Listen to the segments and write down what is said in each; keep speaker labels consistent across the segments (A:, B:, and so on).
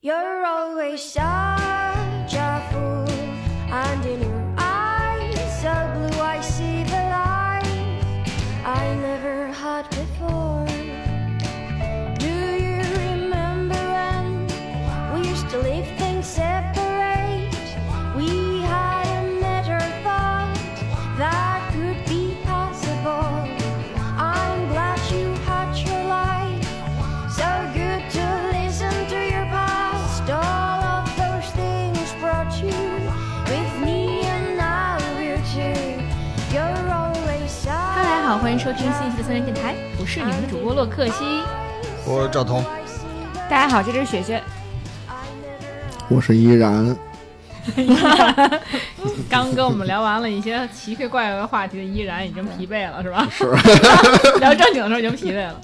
A: You're always such a fool, and in your eyes so blue, I see the light I never had before. Do you remember when we used to leave things separate? We had a never thought that could be possible. I'm glad you had your life. So good to listen to your past. All of those things brought you with me, and now we're two. You're always sad.
B: 哈喽，大家好，欢迎收听新一期的三人电台，我是你们的主播洛克西。
C: 我赵彤，
B: 大家好，这是雪雪，
D: 我是依然，
B: 刚跟我们聊完了一些奇奇怪怪的话题的依然已经疲惫了，是吧？
D: 是
B: 聊正经的时候已经疲惫了。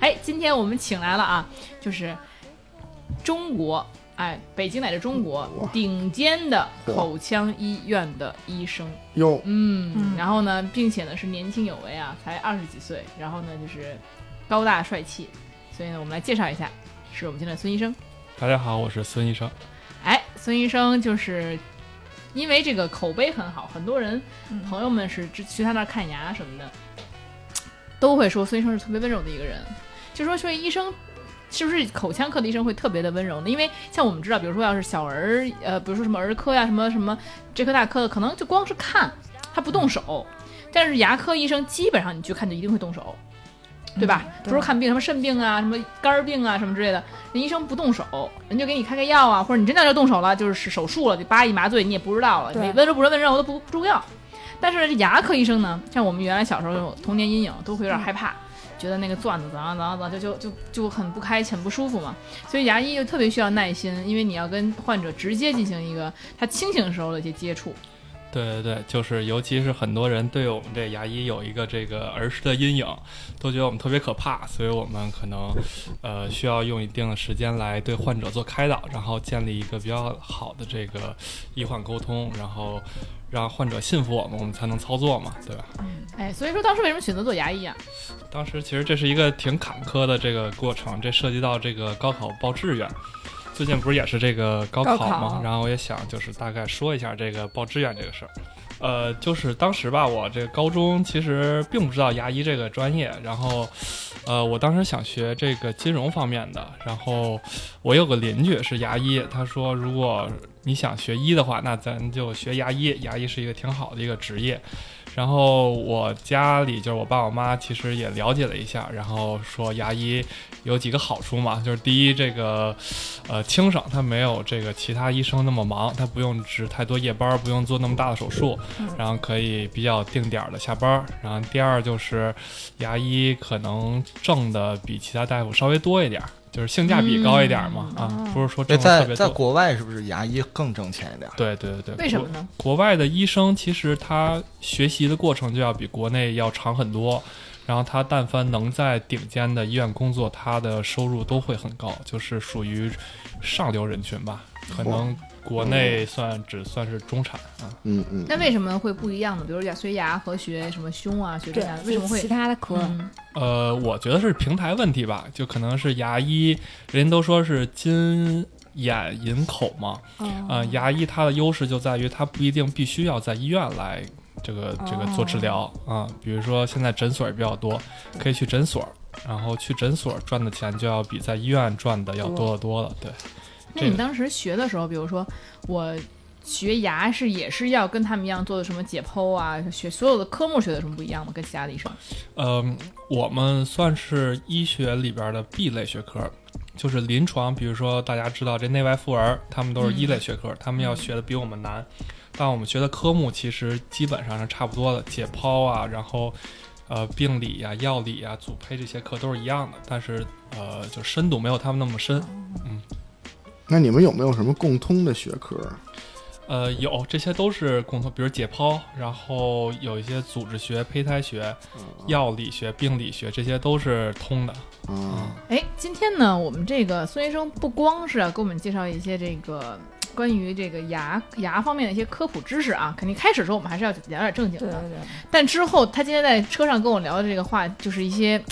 B: 哎，今天我们请来了啊，就是中国，哎，北京乃至中国顶尖的口腔医院的医生，
D: 哟，
B: 嗯，然后呢，并且呢是年轻有为啊，才二十几岁，然后呢就是高大帅气，所以呢，我们来介绍一下，是我们今天的孙医生。
E: 大家好，我是孙医生。
B: 哎，孙医生就是因为这个口碑很好，很多人、朋友们是只去他那儿看牙什么的，都会说孙医生是特别温柔的一个人。就说说医生是不是口腔科的医生会特别的温柔呢？因为像我们知道，比如说要是小儿呃，比如说什么儿科呀、什么什么这科那科的，可能就光是看，他不动手。但是牙科医生基本上你去看就一定会动手，对吧？比如说看病什么肾病啊、什么肝儿病啊什么之类的，人医生不动手，人就给你开个药啊，或者你真的要动手了，就是手术了，就扒一麻醉，你也不知道了，
F: 对
B: 你温柔不温柔都不不重要。但是这牙科医生呢，像我们原来小时候有童年阴影，都会有点害怕，觉得那个钻子怎样怎样怎样，就就就就很不开很不舒服嘛。所以牙医就特别需要耐心，因为你要跟患者直接进行一个他清醒时候的一些接触。
E: 对对对，就是尤其是很多人对我们这牙医有一个这个儿时的阴影，都觉得我们特别可怕，所以我们可能呃需要用一定的时间来对患者做开导，然后建立一个比较好的这个医患沟通，然后让患者信服我们，我们才能操作嘛，对吧？
B: 哎，所以说当时为什么选择做牙医啊？
E: 当时其实这是一个挺坎坷的这个过程，这涉及到这个高考报志愿。最近不是也是这个高考
F: 高
E: 吗？
F: 考
E: 然后我也想就是大概说一下这个报志愿这个事儿。呃，就是当时吧，我这个高中其实并不知道牙医这个专业，然后，呃，我当时想学这个金融方面的，然后我有个邻居是牙医，他说如果你想学医的话，那咱就学牙医，牙医是一个挺好的一个职业。然后我家里就是我爸我妈，其实也了解了一下，然后说牙医有几个好处嘛，就是第一，这个呃轻省，他没有这个其他医生那么忙，他不用值太多夜班，不用做那么大的手术，然后可以比较定点的下班。然后第二就是牙医可能挣的比其他大夫稍微多一点儿，就是性价比高一点儿嘛，啊，
B: 嗯
E: 不是说
C: 这
E: 挣的特
C: 哎在
E: 别
C: 在
E: 多。
C: 国外是不是牙医更挣钱一点？
E: 对对
F: 呃
E: 对对，
B: 为什么呢？
E: 国外的医生其实他学习的过程就要比国内要长很多，然后他但凡能在顶尖的医院工作，他的收入都会很高，就是属于上流人群吧，可能国内算只算是中产啊。
D: 嗯嗯，
B: 那为什么会不一样呢？比如牙学牙和学什么胸啊，学这
F: 对
B: 样，为什么会？
F: 其他的科？
B: 嗯，
E: 呃，我觉得是平台问题吧，就可能是牙医，人家都说是金眼银口嘛，
B: 嗯
A: 哦
F: 嗯
E: 啊、牙医它的优势就在于它不一定必须要在医院来这个这个做治疗啊、比如说现在诊所也比较多，可以去诊所，然后去诊所赚的钱就要比在医院赚的要多得多了，对。
B: 那
E: 这
B: 你
E: 个
B: 当时学的时候，比如说我学牙是也是要跟他们一样做的什么解剖啊，学所有的科目学的什么不一样吗？跟其他的医生？
E: 嗯，我们算是医学里边的 B 类学科，就是临床，比如说大家知道这内外妇儿，他们都是一类学科，他们要学的比我们难，但我们学的科目其实基本上是差不多的，解剖啊，然后呃病理呀、药理呀、组胚这些课都是一样的，但是呃就深度没有他们那么深。
D: 那你们有没有什么共通的学科？
E: 呃，有这些都是共同，比如解剖，然后有一些组织学、胚胎学、药理学、病理学，这些都是通的。
D: 啊，
B: 哎，今天呢，我们这个孙医生不光是要给我们介绍一些这个关于这个牙牙方面的一些科普知识啊，肯定开始的时候我们还是要聊点正经
F: 对对
B: 的，
F: 对，
B: 但之后他今天在车上跟我聊的这个话，就是一些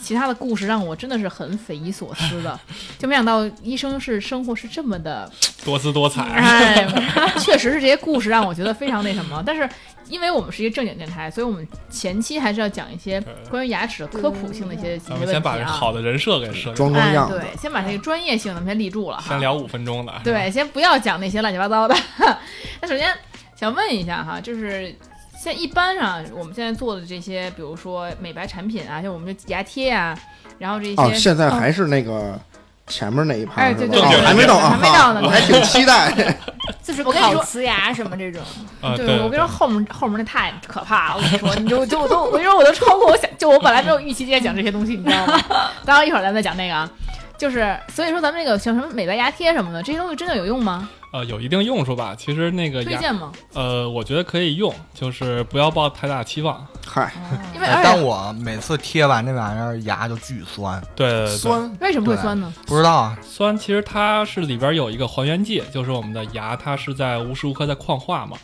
B: 其他的故事让我真的是很匪夷所思的， 就没想到医生是生活是这么的，
E: 多姿多彩。
B: 哎， 确实是这些故事让我觉得非常那什么。但是因为我们是一个正经电台，所以我们前期还是要讲一些关于牙齿的科普性的一些一些问
E: 咱们
B: 题啊。
E: 先把好的人设给设，
F: 嗯
D: 装装
B: 哎，
D: 样子。
B: 对，先把这个专业性咱们先立住了哈
E: 先。聊五分钟了。
B: 对，先不要讲那些乱七八糟的。 那首先想问一下哈，就是像一般上我们现在做的这些，比如说美白产品啊，像我们这牙贴啊，然后这些，
D: 哦，现在还是那个前面那一
B: 哎
D: 盘
B: 对
D: 是吧？
B: 对
E: 对
D: 哦
E: 对
D: 还没到啊，
B: 还没到呢
D: 我还挺 期待。
F: 就是
B: 我跟你说
F: 烤瓷牙什么这种，
E: 呃，
B: 对
E: 对，
B: 我跟你说后面后面那太可怕了，我跟你说，你就就我都我跟你说我都超过我想，就我本来没有预期今天讲这些东西，你知道吗？当然一会儿咱们再讲那个啊。就是，所以说咱们这个像什么美白牙贴什么的，这些东西真的有用吗？
E: 呃，有一定用处吧。其实那个
B: 推
E: 牙，
B: 荐吗？
E: 呃，我觉得可以用，就是不要抱太大期望。
D: 嗨，
B: 因为
E: 呃
C: 哎
B: 而
C: 但
B: 且
C: 我每次贴完这玩意儿，牙就巨酸，
E: 对对对，
C: 酸
B: 为什么会酸呢？
C: 不知道啊，
E: 酸其实它是里边有一个还原剂，就是我们的牙，它是在无时无刻在矿化嘛，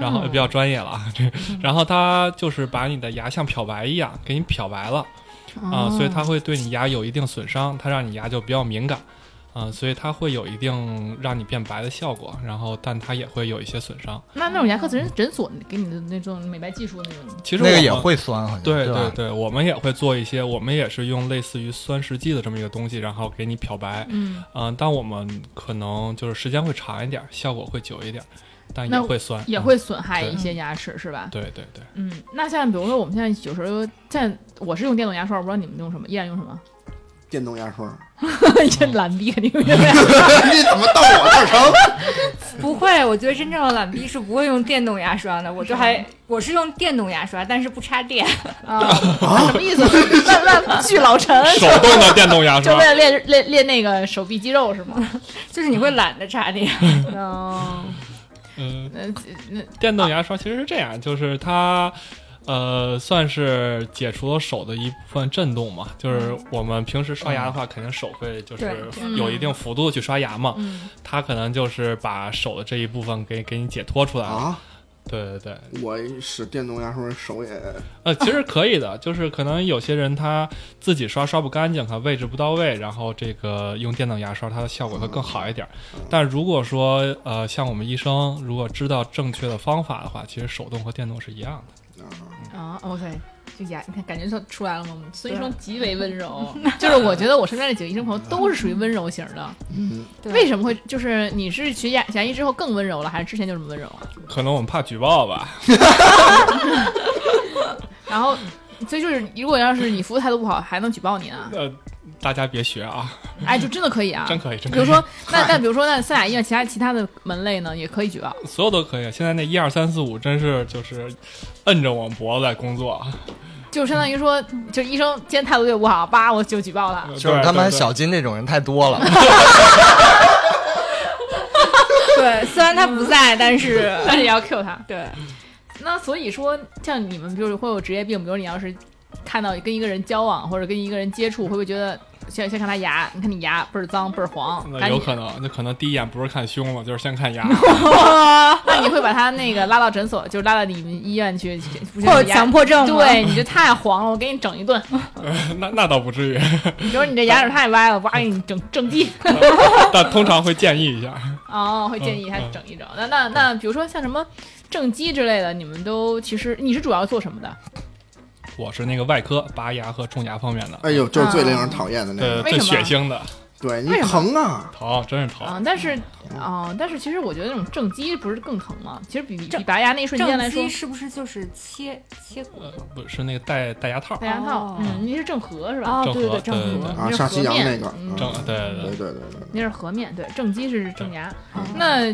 E: 然后
B: 嗯
E: 比较专业了啊，这，然后它就是把你的牙像漂白一样给你漂白了啊、所以它会对你牙有一定损伤，它让你牙就比较敏感啊、所以它会有一定让你变白的效果，然后但它也会有一些损伤。
B: 那那种牙科诊诊所给你的那种美白技术那种，
E: 其实
C: 那
E: 我
C: 个
E: 们
C: 也会酸，好像
E: 对
C: 对吧
E: 对，我们也会做一些，我们也是用类似于酸蚀剂的这么一个东西，然后给你漂白。
B: 嗯，
E: 嗯、但我们可能就是时间会长一点，效果会久一点，但也
B: 那
E: 会酸，
B: 也
E: 嗯。
B: 会损害
E: 对
B: 一些牙齿，是吧？
E: 对对对，
B: 嗯，那像比如说我们现在有时候，现在我是用电动牙刷，我不知道你们用什么，依然用什么？
D: 电动牙刷，
E: 嗯
B: 这懒逼肯定用 呀。
D: 你怎么到我这儿成？
F: 不会，我觉得真正的懒逼是不会用电动牙刷的。我就还我是用电动牙刷，但是不插电。
B: 啊，什么意思？ 那那巨老陈
E: 手动的电动牙
B: 哎 就
E: 刷
B: 为。了练练练那个手臂肌肉是吗？
F: 就是你会懒得插电，
B: 嗯，
E: 嗯，
B: 那那
E: 电动牙刷其实是这样，就是它。呃，算是解除了手的一部分震动嘛，就是我们平时刷牙的话，肯定手会就是
F: 对
B: 嗯
E: 有一定幅度去刷牙嘛，
B: 嗯，
E: 它可能就是把手的这一部分给给你解脱出来了。
D: 啊！
E: 对对对，
D: 我使电动牙刷手也
E: 呃，其实可以的，就是可能有些人他自己刷刷不干净，他位置不到位，然后这个用电动牙刷，它的效果会更好一点儿。
C: 嗯
E: 但如果说呃，像我们医生如果知道正确的方法的话，其实手动和电动是一样的。
D: 啊，
B: 啊，OK。就牙，你看感觉就出来了吗？孙医生极为温柔， 就是我觉得我身边的几个医生朋友都是属于温柔型的。
D: 嗯，
F: 对
B: 为什么会？就是你是学牙牙医之后更温柔了，还是之前就这么温柔啊？
E: 可能我们怕举报吧，
B: 然后，所以就是，如果要是你服务态度不好，还能举报你呢？
E: 呃，大家别学啊，
B: 哎，就真的可以啊！
E: 真可以，真
B: 比
E: 可
B: 如
E: 以，
B: 说，那那比如说，那三甲医院其他其他的门类呢，也可以举报。
E: 所有都可以。现在那一二三四五真是就是摁着我们脖子在工作，
B: 就相当于说，就医生今天态度对我不好，叭我就举报他。
C: 就是他
E: 们
C: 们小金这种人太多了，
F: 对，虽然他不在，但是
B: 但是也要 Q 他。
F: 嗯对，
B: 那所以说，像你们，比如会有职业病，比如你要是看到跟一个人交往或者跟一个人接触，会不会觉得先先看他牙？你看你牙倍儿脏倍儿黄，
E: 那
B: 赶
E: 有
B: 紧
E: 可能，那可能第一眼不是看胸了，就是先看 牙。
B: 那你会把他那个拉到诊所，就拉到你们医院去，不是
F: 会有强迫症吗？
B: 对，你这太黄了，我给你整一顿。
E: 那那倒不至于，
B: 你说你这牙齿太歪了，我给你整整地。
E: 但通常会建议一下。
B: 哦，会建议他整一整。那那那，比如说像什么正畸之类的，你们都其实你是主要做什么的？
E: 我是那个外科拔牙和种牙方面的，
D: 哎
B: 啊
D: 呦，就是最令人讨厌的那
E: 呃，
D: 个，
B: 为
E: 最
B: 什
E: 血
B: 么
E: 腥的，
D: 对你
B: 为什么
D: 疼啊！
E: 疼，真是疼。
B: 啊，但是
F: 嗯
B: 啊、但是其实我觉得那种正畸不是更疼吗？其实比比拔牙那一瞬间来说
F: 正畸，是不是就是切切骨
E: 呃，不是那个戴戴牙套
B: 戴，牙套，
F: 哦
B: 嗯，那是正颌是吧？
F: 哦，
E: 正
F: 对
E: 合
F: 对，正
E: 对对
F: 合
E: 对
D: 啊，
B: 就是
D: 沙琪
B: 和
D: 羊
B: 面
D: 那个，
B: 嗯
D: 啊
E: 正对对
D: 对
E: 对，
D: 对对对，
B: 那是颌面，对，正畸是正牙。
D: 嗯
B: 那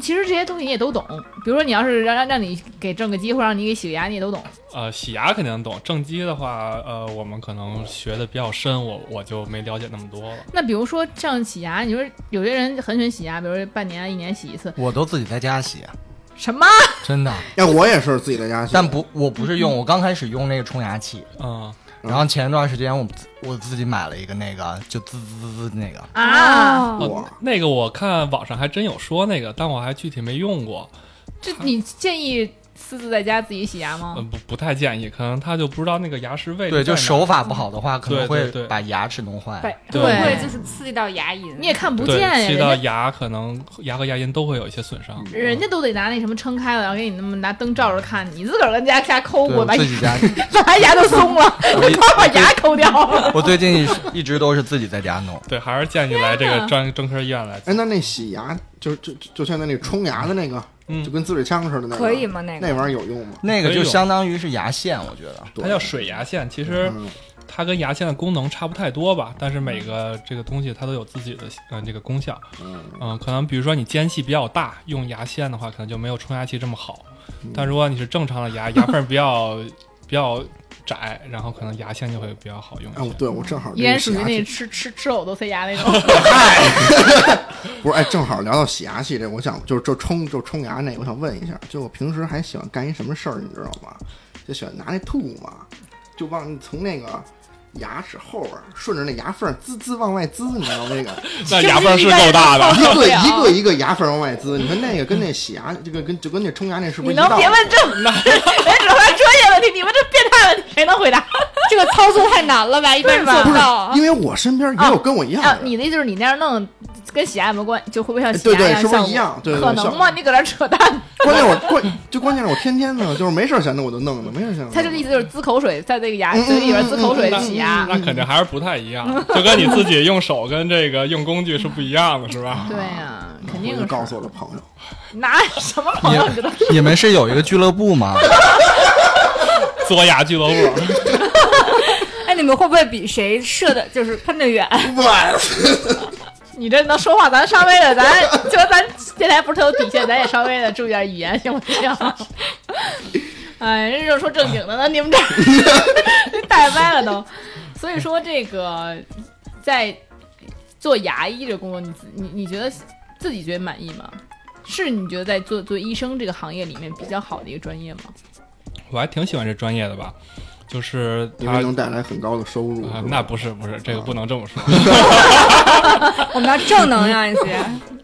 B: 其实这些东西你也都懂，比如说你要是让让让你给正个畸，或让你给洗个牙，你也都懂。
E: 呃，洗牙肯定懂，正畸的话，呃，我们可能学的比较深，我我就没了解那么多了。
B: 那比如说像洗牙，你说有些人很喜欢洗牙，比如说半年、一年洗一次，
C: 我都自己在家洗，
B: 什么？
C: 真的。
D: 哎，我也是自己在家洗，
C: 但不，我不是用，我刚开始用那个冲牙器，
E: 嗯，
C: 然后前一段时间我我自己买了一个那个，就滋滋滋滋那个，
F: 哦
B: 啊，
D: 哇
E: 哦，那个我看网上还真有说那个，但我还具体没用过。
B: 这你建议私自在家自己洗牙吗？
E: 嗯，不不太建议，可能他就不知道那个牙石位置
C: 对，就
E: 在哪
C: 手法不好的话，可能
E: 对
C: 会
E: 对对
C: 把牙齿弄坏。
F: 会
E: 对
F: 会不会就是刺激到牙龈？
B: 你也看不
E: 对
B: 见呀，
E: 切
B: 人
E: 到
B: 家
E: 牙，可能牙和牙龈都会有一些损伤。
B: 人家都得拿那什么撑开了，然后给你那么拿灯照着看，你自个儿跟家瞎抠
C: 对
B: 过，
C: 我
B: 把
C: 自己家，
B: 把牙都松了，
C: 我一
B: 把牙抠掉了。
C: 我最近一直都是自己在家弄。
E: 对，还是建议来这
B: 天
E: 个
B: 哪
E: 专专科医院来。
D: 哎，那那洗牙就就就就现在那冲牙的那个，
E: 嗯
D: 就跟滋水枪似的那个，
F: 可以吗？那
D: 那
F: 个
D: 玩意儿有用吗？
C: 那个
E: 可以
C: 就
E: 用
C: 相当于是牙线，我觉得。
D: 对
E: 它叫水牙线，其实
D: 嗯
E: 它跟牙线的功能差不太多吧，但是每个这个东西它都有自己的嗯这个功效。
D: 嗯，
E: 嗯，可能比如说你间隙比较大，用牙线的话，可能就没有冲牙器这么好。
D: 嗯
E: 但如果你是正常的 牙，牙缝儿比较比较窄，然后可能牙线就会比较好用
D: 哎，
E: 一
D: 我
E: 些。
D: 对我正好
B: 依
D: 这
B: 然
D: 个
B: 属
D: 洗
B: 于
D: 牙
B: 那
D: 器，
B: 吃吃吃藕都塞牙那种，
D: 不是哎，正好聊到洗牙器这，我想就是就冲就冲牙那，个，我想问一下，就我平时还喜欢干一什么事儿，你知道吗？就喜欢拿那吐沫，就往从那个。牙齿后边儿顺着那牙缝儿滋滋往外滋，你知道 那个
E: 那牙缝儿是够大 的，
D: 一个一个一个牙缝儿往外滋，你看那个跟那洗牙这个跟就跟那冲牙那是不
B: 你
D: 是一
B: 能
D: 道
B: 别
D: 的？
B: 问这 么，人只能问专业问题，你们这变态问题谁能回答？
F: 这个操作太难了吧，一般人
B: 对吧
F: 做
D: 不
F: 不
D: 是
F: 到，。
D: 因为我身边也有跟我一样的
B: 啊，
D: 人，
B: 你的意思就是你那样弄，跟洗牙有没有关？就会不会像
D: 哎
B: 洗牙
D: 对对，
B: 样
D: 是不
B: 效
D: 是
B: 果
D: 一？样？对对，
B: 可
D: 对效
B: 能
D: 果
B: 吗？你搁这儿扯淡。
D: 关键我关就关键是我天天呢，就是没事儿闲的我就弄弄，没事儿闲的。
B: 他这个意
D: 思，
B: 思就是滋口水，在这个
D: 嗯
B: 牙嘴里边滋口
D: 哎
B: 水洗牙。
E: 那肯定还是不太一样，就跟你自己用手跟这个用工具是不一样的，是吧？
B: 对呀，肯定
D: 嗯
B: 是
D: 我就告诉我的朋友，
B: 拿什么朋友你知道？
C: 你们是有一个俱乐部吗？
E: 嘬牙俱乐部，
F: 哎，你们会不会比谁射的就是喷的远？
D: 哇，
B: 你这能说话，咱稍微的，咱就咱电台不是特有底线，咱也稍微的注意点语言，行不行？哎，人家就说正经的呢，你们这儿带歪了都。所以说，这个在做牙医这工作，你自你你觉得自己觉得满意吗？是你觉得在做做医生这个行业里面比较好的一个专业吗？
E: 我还挺喜欢这专业的吧，就是
D: 因为
E: 它。
D: 能带来很高的收入
E: 啊，。
D: 嗯是吧
E: 那不是不是，这个不能这么说。
F: 我们要正能量一 些。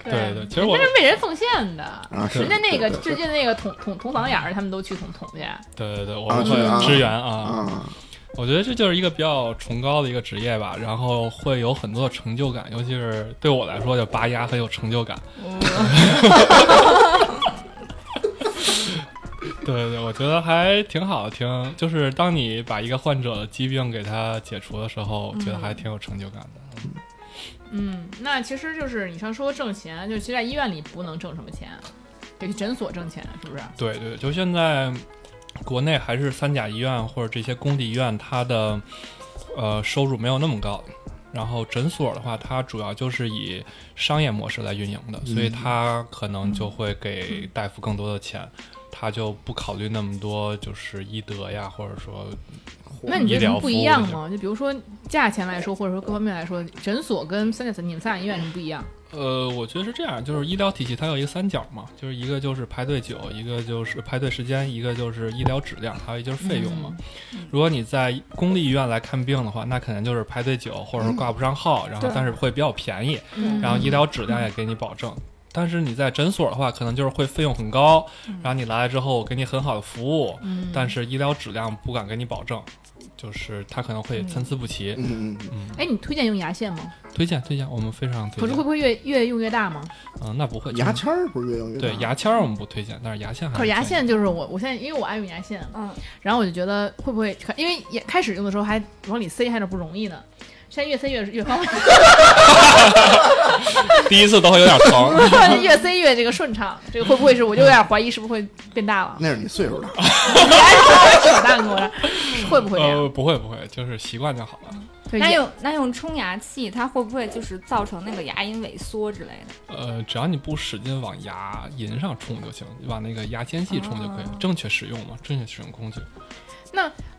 E: 对对，其实我
B: 人家是为人奉献的。
D: 啊，是
B: 人家那个
D: 对对
B: 最近那个捅捅捅嗓眼儿，他们都去捅捅去。
E: 对对对，我
D: 啊
E: 们
D: 就是啊
E: 会支援
D: 对
E: 啊。
D: 啊，
E: 我觉得这就是一个比较崇高的一个职业吧，然后会有很多的成就感，尤其是对我来说，就拔牙很有成就感。对 对对，我觉得还挺好，挺就是当你把一个患者的疾病给他解除的时候，我觉得还挺有成就感的。
B: 嗯，那其实就是你像说挣钱，就其实在医院里不能挣什么钱，得去诊所挣钱，是不是？
E: 对对，就现在国内还是三甲医院或者这些公立医院，它的呃收入没有那么高。然后诊所的话，它主要就是以商业模式来运营的，所以它可能就会给大夫更多的钱，它就不考虑那么多就是医德呀，或者说
B: 那你觉得有什么不一样
E: 医疗
B: 吗？就比如说价钱来说，或者说各方面来说，诊所跟三甲你们三甲医院有什么不一样？
E: 呃，我觉得是这样，就是医疗体系它有一个三角嘛，就是一个就是排队久，一个就是排队时间，一个就是医疗质量，还有一个就是费用嘛。如果你在公立医院来看病的话，那肯定就是排队久，或者说挂不上号，然后
F: 对
E: 但是会比较便宜，
B: 嗯
E: 然后医疗质量也给你保证。但是你在诊所的话，可能就是会费用很高，然后你来了之后，我给你很好的服务，
B: 嗯
E: 但是医疗质量不敢给你保证，就是它可能会参差不齐。
D: 嗯嗯嗯，
B: 哎，你推荐用牙线吗？
E: 推荐推荐，我们非常推
B: 可是
E: 荐
B: 会。不会越越用越大吗？
E: 嗯、那不会嗯
D: 牙签儿不是越用越大
E: 对牙签儿我们不推荐，但是牙线还
B: 可是牙
E: 建议
B: 线就是我，我现在因为我爱用牙线，
F: 嗯，
B: 然后我就觉得会不会，因为也开始用的时候还往里塞还是不容易呢，现在越塞越越方便。
E: 第一次都会有点疼。
B: 啊越塞越这个顺畅，这个会不会是我就有点怀疑是不是会变大了？
D: 那是你岁数大，
B: 你还是扯淡给我这儿，会不会这样？
E: 呃，不会不会，就是习惯就好了。
B: 对
F: 那
B: 也
F: 用那用冲牙器，它会不会就是造成那个牙龈萎缩之类的？
E: 呃，只要你不使劲往牙龈上冲就行，往那个牙间隙冲就可以
B: 哦
E: 了。正确使用嘛，正确使用工具。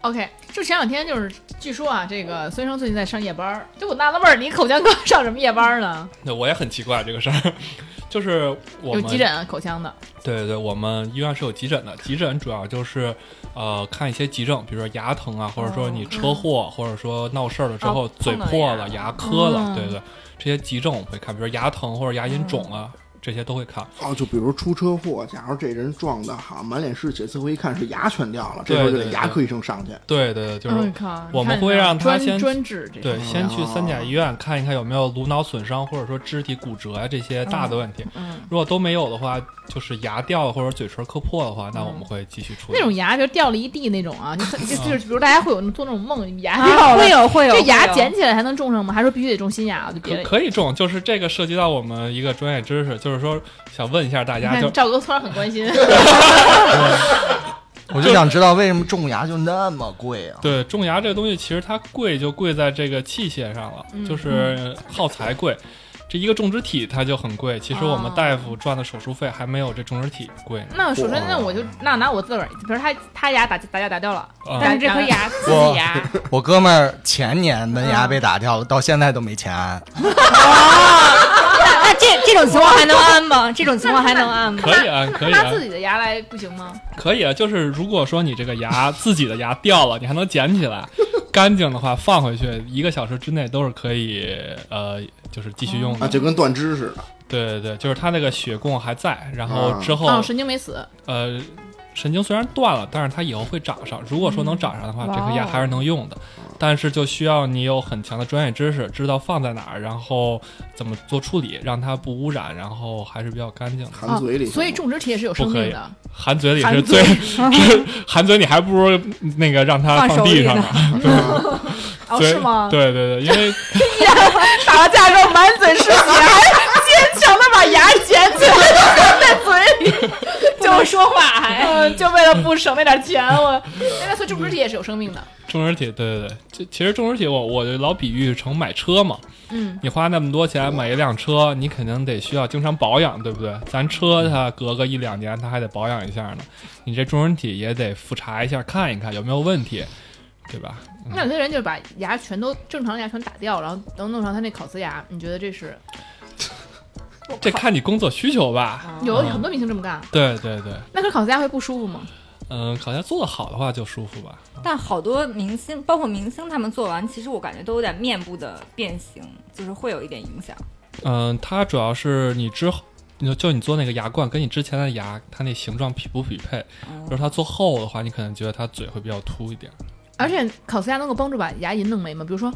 B: OK，就前两天就是据说啊，这个孙生最近在上夜班儿，就我纳了闷儿，你口腔科 上什么夜班儿呢？
E: 那我也很奇怪这个事儿， 就是我
B: 有
E: 们
B: 急诊啊口腔的，
E: 对对对，我们医院是有急诊的，急诊主要就是呃看一些急症，比如说牙疼啊，或者说你车祸，或者说闹事儿了之后、
F: 哦
E: 嘴
F: 碰到
E: 破
F: 牙
E: 了、
F: 了
E: 牙磕了，
B: 嗯嗯
E: 对对对，这些急症我们会看，比如说牙疼或者牙龈肿啊，这些都会看。
D: 哦，就比如出车祸，假如这人撞的好，满脸是血，最后一看是牙全掉了，这时候就
E: 对
D: 得
E: 对
D: 牙
E: 对
D: 科医生上去。
E: 对对，对就是
B: 嗯靠
E: 我们
B: 你看
E: 会
B: 你看
E: 让他
B: 专
E: 先
B: 专治这
E: 对，
B: 种哦
E: 先去三甲医院看一看有没有颅脑损伤，或者说肢体骨折啊这些大的问题。
B: 嗯
E: 如果都没有的话，就是牙掉或者嘴唇磕破的话，那我们会继续处理。
B: 嗯那种牙，比如掉了一地那种啊，就就就是，比如大家会有做那种梦，牙掉
F: 啊，
B: 了，
F: 会有会有，
B: 这牙
F: 会有
B: 捡起来还能种上吗？还说必须得种新牙，就别
E: 可。可以种，就是这个涉及到我们一个专业知识，就是说想问一下大
B: 你
E: 家，就
B: 看赵哥突然很关 心，
C: 我就想知道为什么种牙就那么贵啊？
E: 对种牙这个东西，其实它贵就贵在这个器械上了，
B: 嗯
E: 就是耗材贵。这一个种植体它就很贵，其实我们
B: 哦
E: 大夫赚的手术费还没有这种植体贵呢。
B: 那首先那我就那拿我自个儿，比如他他牙打打架打掉了，
E: 啊
F: 但是这颗 牙自己牙，
C: 我哥们儿前年门牙被打掉了，到现在都没钱 安。
F: 那这这种情况还能安吗？这种情况还能安吗？
E: 可以啊，可以
B: 他
E: 啊
B: 拿，自己的牙来不行吗？
E: 可以啊。就是如果说你这个 牙自己的牙掉了，你还能捡起来，干净的话放回去，一个小时之内都是可以，呃，就是继续用的。
D: 啊，就跟断肢似的，
E: 对对对，就是它那个血供还在，然后
D: 啊
E: 之后、
B: 哦，神经没死，
E: 呃，神经虽然断了，但是它以后会长上。如果说能长上的话，
F: 嗯
E: 这
F: 哇
E: 颗
F: 哦
E: 牙还是能用的，但是就需要你有很强的专业知识，知道放在哪儿，然后怎么做处理，让它不污染，然后还是比较干净的。
D: 含嘴里
B: 哦
D: 头。
B: 所以种植体也是有生命的。
E: 含嘴里
B: 含
E: 是最， 含嘴你还不如那个让它
F: 放手
E: 地
F: 里
E: 上
F: 呢
E: 呢。
B: 哦，
E: 嘴
B: 是吗？
E: 对对对，因为
B: 打了架之后满嘴是血，还 坚强的把牙捡起来放在嘴里，
F: 就能说话还。
B: 嗯，就为了不省那点钱， 我哎那所以种植体也是有生命的。
E: 种植体，对对对，这其实种植体我我就老比喻成买车嘛，
B: 嗯，
E: 你花那么多钱买一辆车，你肯定得需要经常保养，对不对？咱车它隔个一两年，它还得保养一下呢。你这中人体也得复查一下，看一看有没有问题，对吧？
B: 那有些人就把牙全都正常的牙全打掉，然后能弄上他那烤瓷牙，你觉得这是
E: 这看你工作需求吧。
B: 有
E: 嗯
B: 很多明星这么干？
E: 对对对，
B: 那颗烤瓷牙会不舒服吗？
E: 嗯，烤鸭做得好的话就舒服吧。
F: 但好多明星，包括明星他们做完，其实我感觉都有点面部的变形，就是会有一点影响。
E: 嗯，它主要是你之后。你就就你做那个牙冠，跟你之前的牙，它那形状匹不匹配？
F: 嗯
E: 如果它做厚的话，你可能觉得它嘴会比较凸一点。
B: 而且烤瓷牙能够帮助把牙龈弄没吗？比如说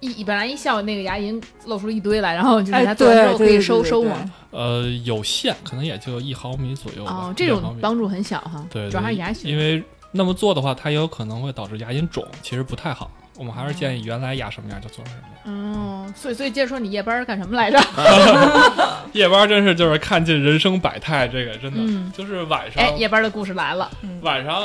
B: 一本来一笑，那个牙龈露出了一堆来，然后就是
F: 哎
B: 它做完之后可
F: 对对
B: 以
F: 对
B: 收
F: 对
B: 收
F: 对
B: 嘛。
E: 呃，有限，可能也就一毫米左右吧。
B: 哦，这
E: 2毫
B: 种
E: 米
B: 帮助很小哈，
E: 对，
B: 主要还
E: 对
B: 是牙
E: 因
B: 血。
E: 为那么做的话，它也有可能会导致牙龈肿，其实不太好。我们还是建议原来牙什么样就做什么样。
B: 嗯，所以所以接着说你夜班儿干什么 来着？
E: 夜班真是就是看尽人生百态，这个真的、
B: 嗯
E: 就是晚上、
B: 哎，夜班儿的故事来了。
E: 晚上，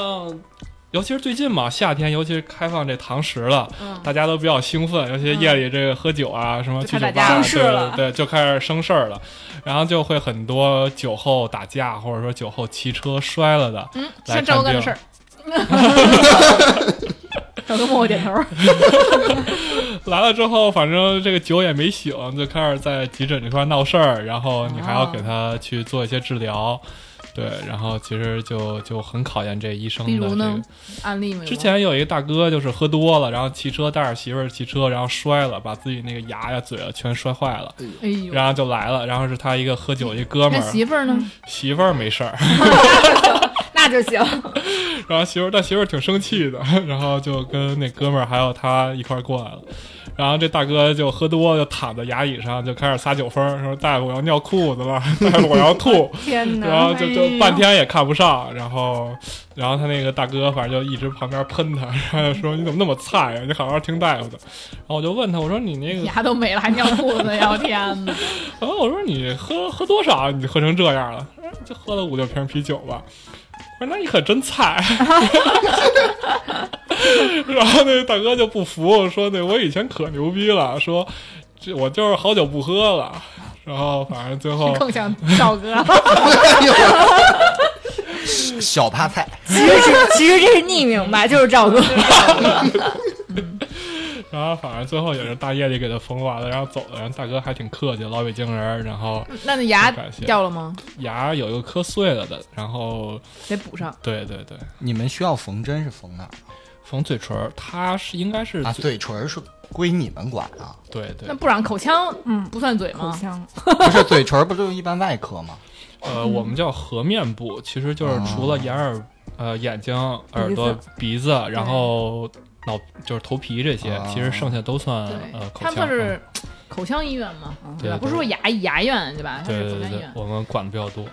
E: 尤其是最近嘛，夏天尤其是开放这堂食了，
B: 嗯，
E: 大家都比较兴奋，尤其是夜里这个喝酒啊，什么
B: 就
E: 去
B: 开始
E: 酒吧
B: 打
E: 啊，
F: 架生事了
E: 对对，就开始生事儿了，然后就会很多酒后打架，或者说酒后骑车摔了的，
B: 嗯，
E: 来
B: 像赵哥干的
E: 看病
B: 事儿。赵哥默默点头儿。
E: 来了之后，反正这个酒也没醒，就开始在急诊这块闹事儿，然后你还要给他去做一些治疗，对，然后其实就就很考验这医生
B: 比
E: 的
B: 如
E: 这
B: 呢
E: 个。，
B: 案例没有吗？
E: 之前有一个大哥就是喝多了，然后骑车带着媳妇儿骑车，然后摔了，把自己那个牙呀、嘴啊全摔坏了，
B: 哎呦，
E: 然后就来了，然后是他一个喝酒一哥们
B: 那
E: 儿，
B: 媳妇儿呢？
E: 媳妇儿没事儿，
F: 那就行，
E: 然后媳妇儿，但媳妇儿挺生气的， 然后就跟那哥们儿还有他一块儿过来了。然后这大哥就喝多了，就躺在牙椅上就开始撒酒疯儿，说：“大夫，我要尿裤子了， 大夫，我要 吐。”
F: 天
E: 然后
F: 哪！
E: 就就半天也看不上，然后，然后他那个大哥反正就一直旁边喷他，然后就说：“你怎么那么菜啊呀、你好好听大夫的。”然后我就问他，我说：“你那个
B: 牙都没了，还尿裤子呀！我 天哪！
E: 然后我说你喝喝多少？啊你喝成这样了？他说就喝了五六瓶啤酒吧。我说那你可真菜。 然后那大哥就不服，说那我以前可牛逼了，说这我就是好久不喝了。然后反正最 后
B: 更像赵哥。
D: 哎呦
C: 小趴菜，
F: 其实是其实这是匿名吧，就是赵哥。
E: 然后反正最后也是大夜里给他缝完了，然后走了。然后大哥还挺客气，老北京人儿，然后
B: 那那牙
E: 感谢
B: 掉了吗？
E: 牙有一个磕碎了的，然后
B: 得补上。
E: 对对对，
C: 你们需要缝针是缝哪儿
E: 缝嘴唇儿，他是应该是
C: 啊？
E: 嘴
C: 嘴唇儿是归你们管啊？
E: 对对
B: 那，不然口腔
F: 嗯，
B: 不算嘴
F: 口
B: 吗？
F: 腔
C: 不是嘴唇儿不就一般外科吗？
E: 呃，我们叫颌面部，其实就是除了眼耳、呃眼睛、耳朵、鼻子，然后脑就是头皮这些，
C: 啊
E: 其实剩下都算呃
B: 对，
E: 口
B: 他们
E: 腔。
B: 是口腔医院嘛，
E: 对
B: 对吧？
E: 对
B: 不是说牙牙医院对吧
E: 嗯？
B: 它
E: 对
B: 是
E: 对
B: 口
E: 对
B: 腔医
E: 对
B: 院，。
E: 我们管的比较多。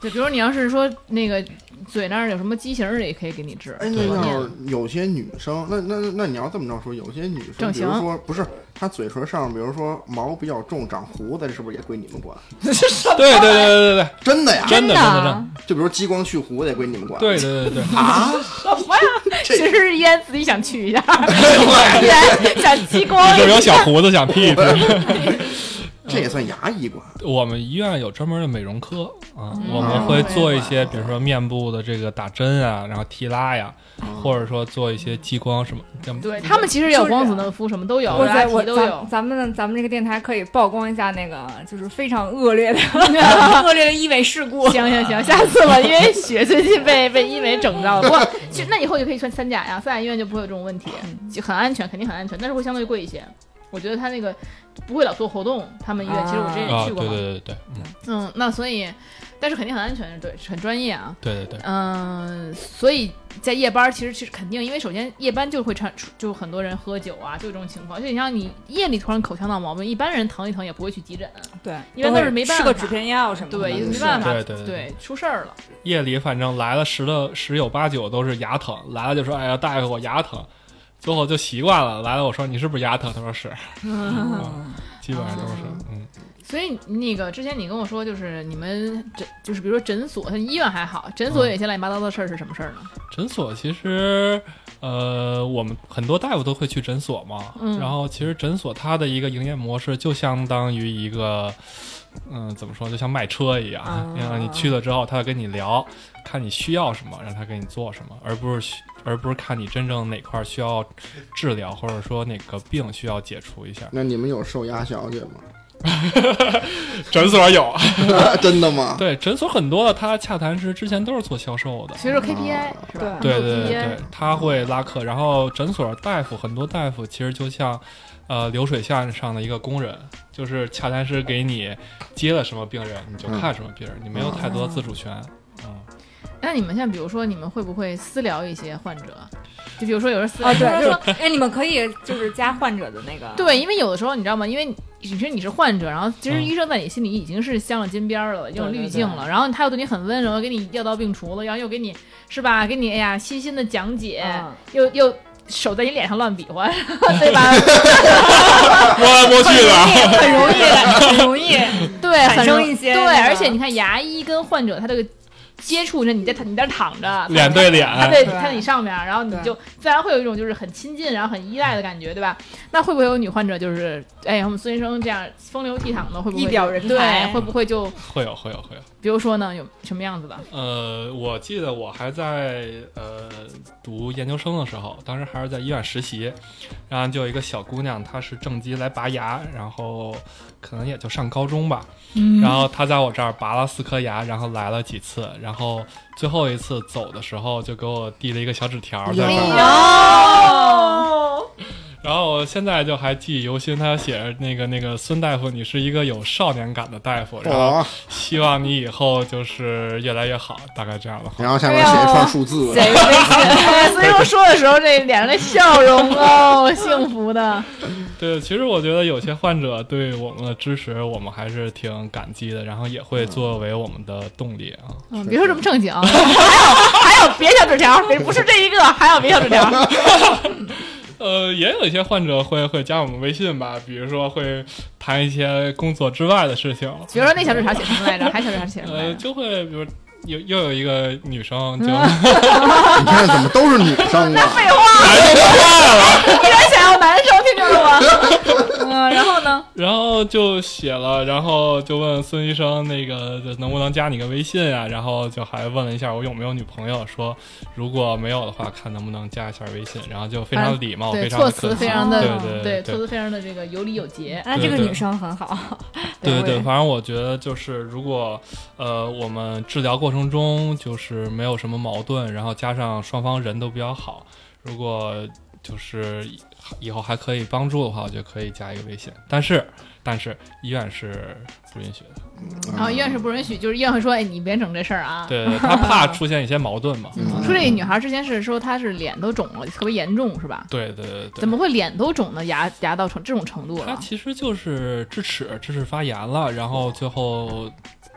B: 就比如你要是说那个嘴那儿有什么畸形儿，也可以给你治。
D: 哎，那
E: 对
B: 哦
D: 要是有些女生，那那那你要这么着说，有些女生，
B: 整
D: 比
B: 形
D: 如说不是她嘴唇上，比如说毛比较重，长胡子，这是不是也归你们管？
E: 对对对对对对，
D: 真的呀，
E: 真的真的
F: 啊
D: 就比如激光去胡子也归你们管。
E: 对对对对对，
D: 啊，
B: 其实是烟自己想去 一下，依然想激光
E: 有没有小胡子想 P 一 P？
D: 这也算牙医管。
E: 我们医院有专门的美容科啊，
B: 嗯
E: 我们会做一些，比如说面部的这个打针啊，然后提拉呀，或者说做一些激光什么。这么
B: 对
F: 嗯
B: 他们其实也有光子嫩肤，什么都有，
F: 我在
B: 拉
F: 我
B: 提都有
F: 咱。咱们咱们这个电台可以曝光一下那个就是非常 恶劣的恶劣的医美事故。
B: 行行行，下次吧，因为雪最近被被医美整到了。 不过，其实那以后就可以穿三甲呀，三甲医院就不会有这种问题，就很安全，肯定很安全，但是会相对贵一些。我觉得他那个不会老做活动，他们医院其实我之前也
E: 啊，
B: 去
E: 对
B: 过
E: 对
B: 嘛，
E: 对对对
B: 嗯，那所以，但是肯定很安全，对，很专业啊。
E: 对对对，
B: 嗯，所以在夜班儿其实其实肯定，因为首先夜班就会产出，就很多人喝酒啊，就有这种情况。就你像你夜里突然口腔闹毛病，一般人疼一疼也不会去急诊， 啊
F: 对，
B: 一般都是没办
F: 吃
B: 法
F: 个止片药什么的。
B: 对，也
D: 嗯
B: 没办法，
E: 对对对
B: 出事儿了。
E: 夜里反正来了十的十有八九都是牙疼，来了就说哎呀大夫我牙疼，最后就习惯了。来了我说你是不是牙疼？他说是， 嗯基本上都是。嗯，
B: 所以那个之前你跟我说，就是你们诊，就是比如说诊所，像医院还好，诊所有一些乱七八糟的事儿是什么事儿呢？
E: 诊所其实呃我们很多大夫都会去诊所嘛，
B: 嗯
E: 然后其实诊所它的一个营业模式就相当于一个。嗯，怎么说？就像卖车一样，
F: 啊
E: 让你去了之后，他要跟你聊，看你需要什么，让他给你做什么，而不是需而不是看你真正哪块儿需要治疗，或者说哪个病需要解除一下。
D: 那你们有受牙小姐吗？
E: 诊所有，
D: 真的吗？
E: 对诊所很多的，他洽谈师之前都是做销售的，
B: 其实就是 KPI 是吧？
E: 对
B: 有 E
E: 对
B: KPI
E: 对，他会拉客。然后诊所大夫很多大夫其实就像，呃，流水线上的一个工人，就是洽谈师给你接了什么病人，你就看什么病人，你没有太多自主权。嗯
B: 那你们像比如说，你们会不会私聊一些患者？就比如说有人私聊，
F: 啊，
B: 比如
F: 对，
B: 说
F: 就是哎，你们可以就是加患者的那个，
B: 对，因为有的时候你知道吗？因为你是你是患者，然后其实
E: 嗯
B: 医生在你心里已经是镶了金边儿了，有种滤镜了，然后他又对你很温柔，给你药到病除了，然后又给你是吧？给你哎呀细心的讲解，
F: 嗯
B: 又又手在你脸上乱比 划，对吧？
E: 摸来摸去 的，
F: 很容易，很容易。
B: 对，
F: 产
B: 很
F: 生
B: 容易
F: 一些
B: 对，
F: 那个
B: 而且你看牙医跟患者他这个接触着，你在你在这躺着，
F: 嗯
E: 脸对脸，
B: 他在
F: 对
B: 他在你上面，啊然后你
F: 对
B: 就自然会有一种就是很亲近，然后很依赖的感觉，对吧？那会不会有女患者就是，哎呀，我们孙医生这样风流倜傥的，会不会
F: 一表人才
B: 对，会不会就
E: 会有会有会有。
B: 比如说呢，有什么样子的？
E: 呃，我记得我还在呃读研究生的时候，当时还是在医院实习，然后就有一个小姑娘，她是正畸来拔牙，然后可能也就上高中吧，然后她在我这儿拔了四颗牙，然后来了几次，然后最后一次走的时候就给我递了一个小纸条在这儿，
B: 哦，
E: 然后我现在就还记忆犹新，她写着那个那个孙大夫，你是一个有少年感的大夫，然后
D: 哦，
E: 希望你以后就是越来越好，大概这样的话。
D: 然后下面
B: 啊
D: 写一串数字，
B: 哎
F: 写一个微信，
B: 所以我说的时候，这脸上的笑容 哦，幸福 的。
E: 对，其实我觉得有些患者对我们的支持，我们还是挺感激的，然后也会作为我们的动力啊。
B: 嗯，别说这么正 经，还有还有别小纸条，别不是这一个，还有别小纸条。
E: 呃，也有一些患者会会加我们微信吧，比如说会谈一些工作之外的事情，
B: 比如说那小纸条写什么来着？还小纸条写什么来着？
E: 呃，就会比如又又有一个女生
B: 嗯
E: 就、
D: 你看怎么都是女 生啊？
B: 废话， 居然想要男生，听见了吗？嗯，然后呢？
E: 然后就写了，然后就问孙医生那个就能不能加你个微信啊？然后就还问了一下我有没有女朋友，说如果没有的话，看能不能加一下微信。然后就非常礼貌，
B: 啊对，
E: 哦非常
B: 措辞
E: 客
B: 非
E: 气
B: 常的
E: 对对
B: 措辞非常的这个有礼有节。
F: 哎，这个女生很好。
E: 对
F: 我也
E: 对，反正我觉得就是，如果呃我们治疗过程中就是没有什么矛盾，然后加上双方人都比较好，如果就是以后还可以帮助的话，我就可以加一个微信。但是，但是医院是不允许的，
D: 嗯
B: 然后医院是不允许，就是医院会说，哎，你别整这事儿啊。
E: 对，他怕出现一些矛 盾嘛。
D: 嗯
B: 说这女孩之前是说她是脸都肿了，特别严重是吧？
E: 对对对对。
B: 怎么会脸都肿呢？牙牙到成这种程度
E: 它
B: 了？啊
E: 其实就是智齿，智齿发炎了，然后最后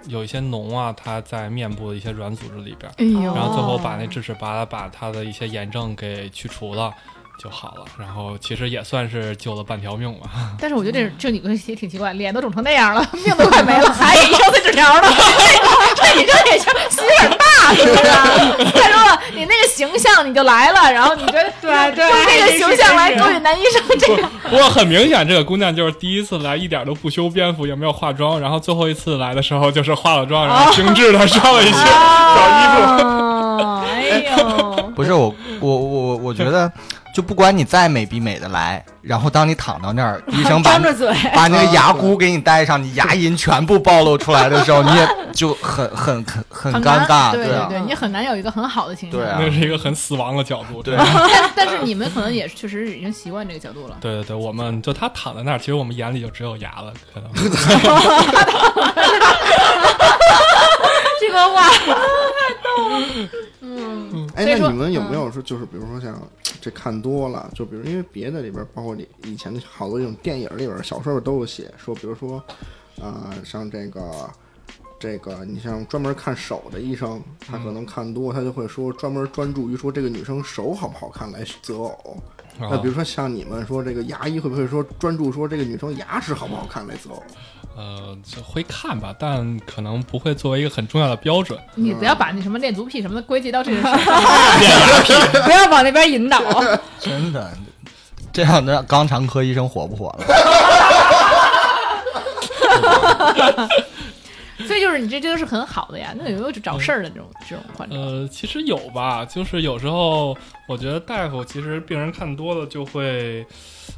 E: 有一些脓啊，它在面部的一些软组织里边儿，
B: 哎呦，
E: 然后最后把那智齿拔了，把它的一些炎症给去除了。就好了，然后其实也算是救了半条命吧。
B: 但是我觉得这这女的也挺奇怪，脸都肿成那样了，命都快没了，还给医生撕纸条呢。 这女生也是心有点大，是不是啊？再说了，你那个形象你就来了，然后你觉得
F: 对哎对
B: 用这
F: 还
B: 个
F: 真
B: 形
F: 是
B: 象来
F: 真是
B: 勾引男医生，这个
E: 不过很明显，这个姑娘就是第一次来，一点都不修边幅，也没有化妆。然后最后一次来的时候，就是化了妆，然后精致的上了 一些
D: 哎
E: 小衣服。
B: 哦，哎呦，
C: 不是我，我我我觉得，就不管你再美逼美的来，然后当你躺到那儿，医生把
F: 张着嘴，
C: 把
B: 嗯
C: 那个牙箍给你戴上，你牙龈全部暴露出来的时候，你也就很很很很
B: 很
C: 尴
B: 难
C: 尬，
B: 对
C: 啊，
B: 对，你很难有一个很好的形象。
C: 对啊
E: 那是一个很死亡的角度。
C: 对啊
E: 真的
B: 但但是你们可能也确实已经习惯这个角度了。
E: 对对对，我们就她躺在那儿，其实我们眼里就只有牙了，可 能。
F: 这个哇，
D: 哎，
B: 所以
D: 那
B: 说嗯
D: 你们有没有说，就是比如说像这看多了，就比如因为别的里边，包括你以前的好多这种电影里边、小说里都有写说，比如说，呃，像这个这个，你像专门看手的医生，他可能看多，他就会说专门专注于说这个女生手好不好看来择偶。那
E: 啊
D: 比如说像你们说这个牙医会不会说专注说这个女生牙齿好不好看来择偶？
E: 呃，就会看吧，但可能不会作为一个很重要的标准。
B: 你不要把那什么恋足癖什么的归结到这个上。
F: 不要往那边 引导。
C: 真的。这样的肛肠科医生火不火了？
B: 所以就是你这这都是很好的呀，那有没有找事儿的这种
C: 嗯
B: 这种患者？
E: 呃，其实有吧，就是有时候我觉得大夫其实病人看多了就会，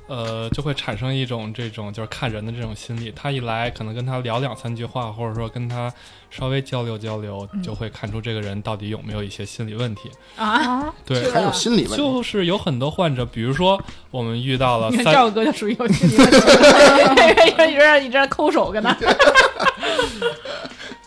E: 呃，就会产生一种这种就是看人的这种心理。他一来可能跟他聊两三句话，或者说跟他稍微交流交流，就会看出这个人到底有没有一些心理问题。
B: 嗯啊，
E: 对，
D: 还有心理问题，
E: 就是有很多患者，比如说我们遇到了
C: 呃
B: 你看
E: 三
B: 赵哥就属于有心理问题，因 为有点你这抠手跟他，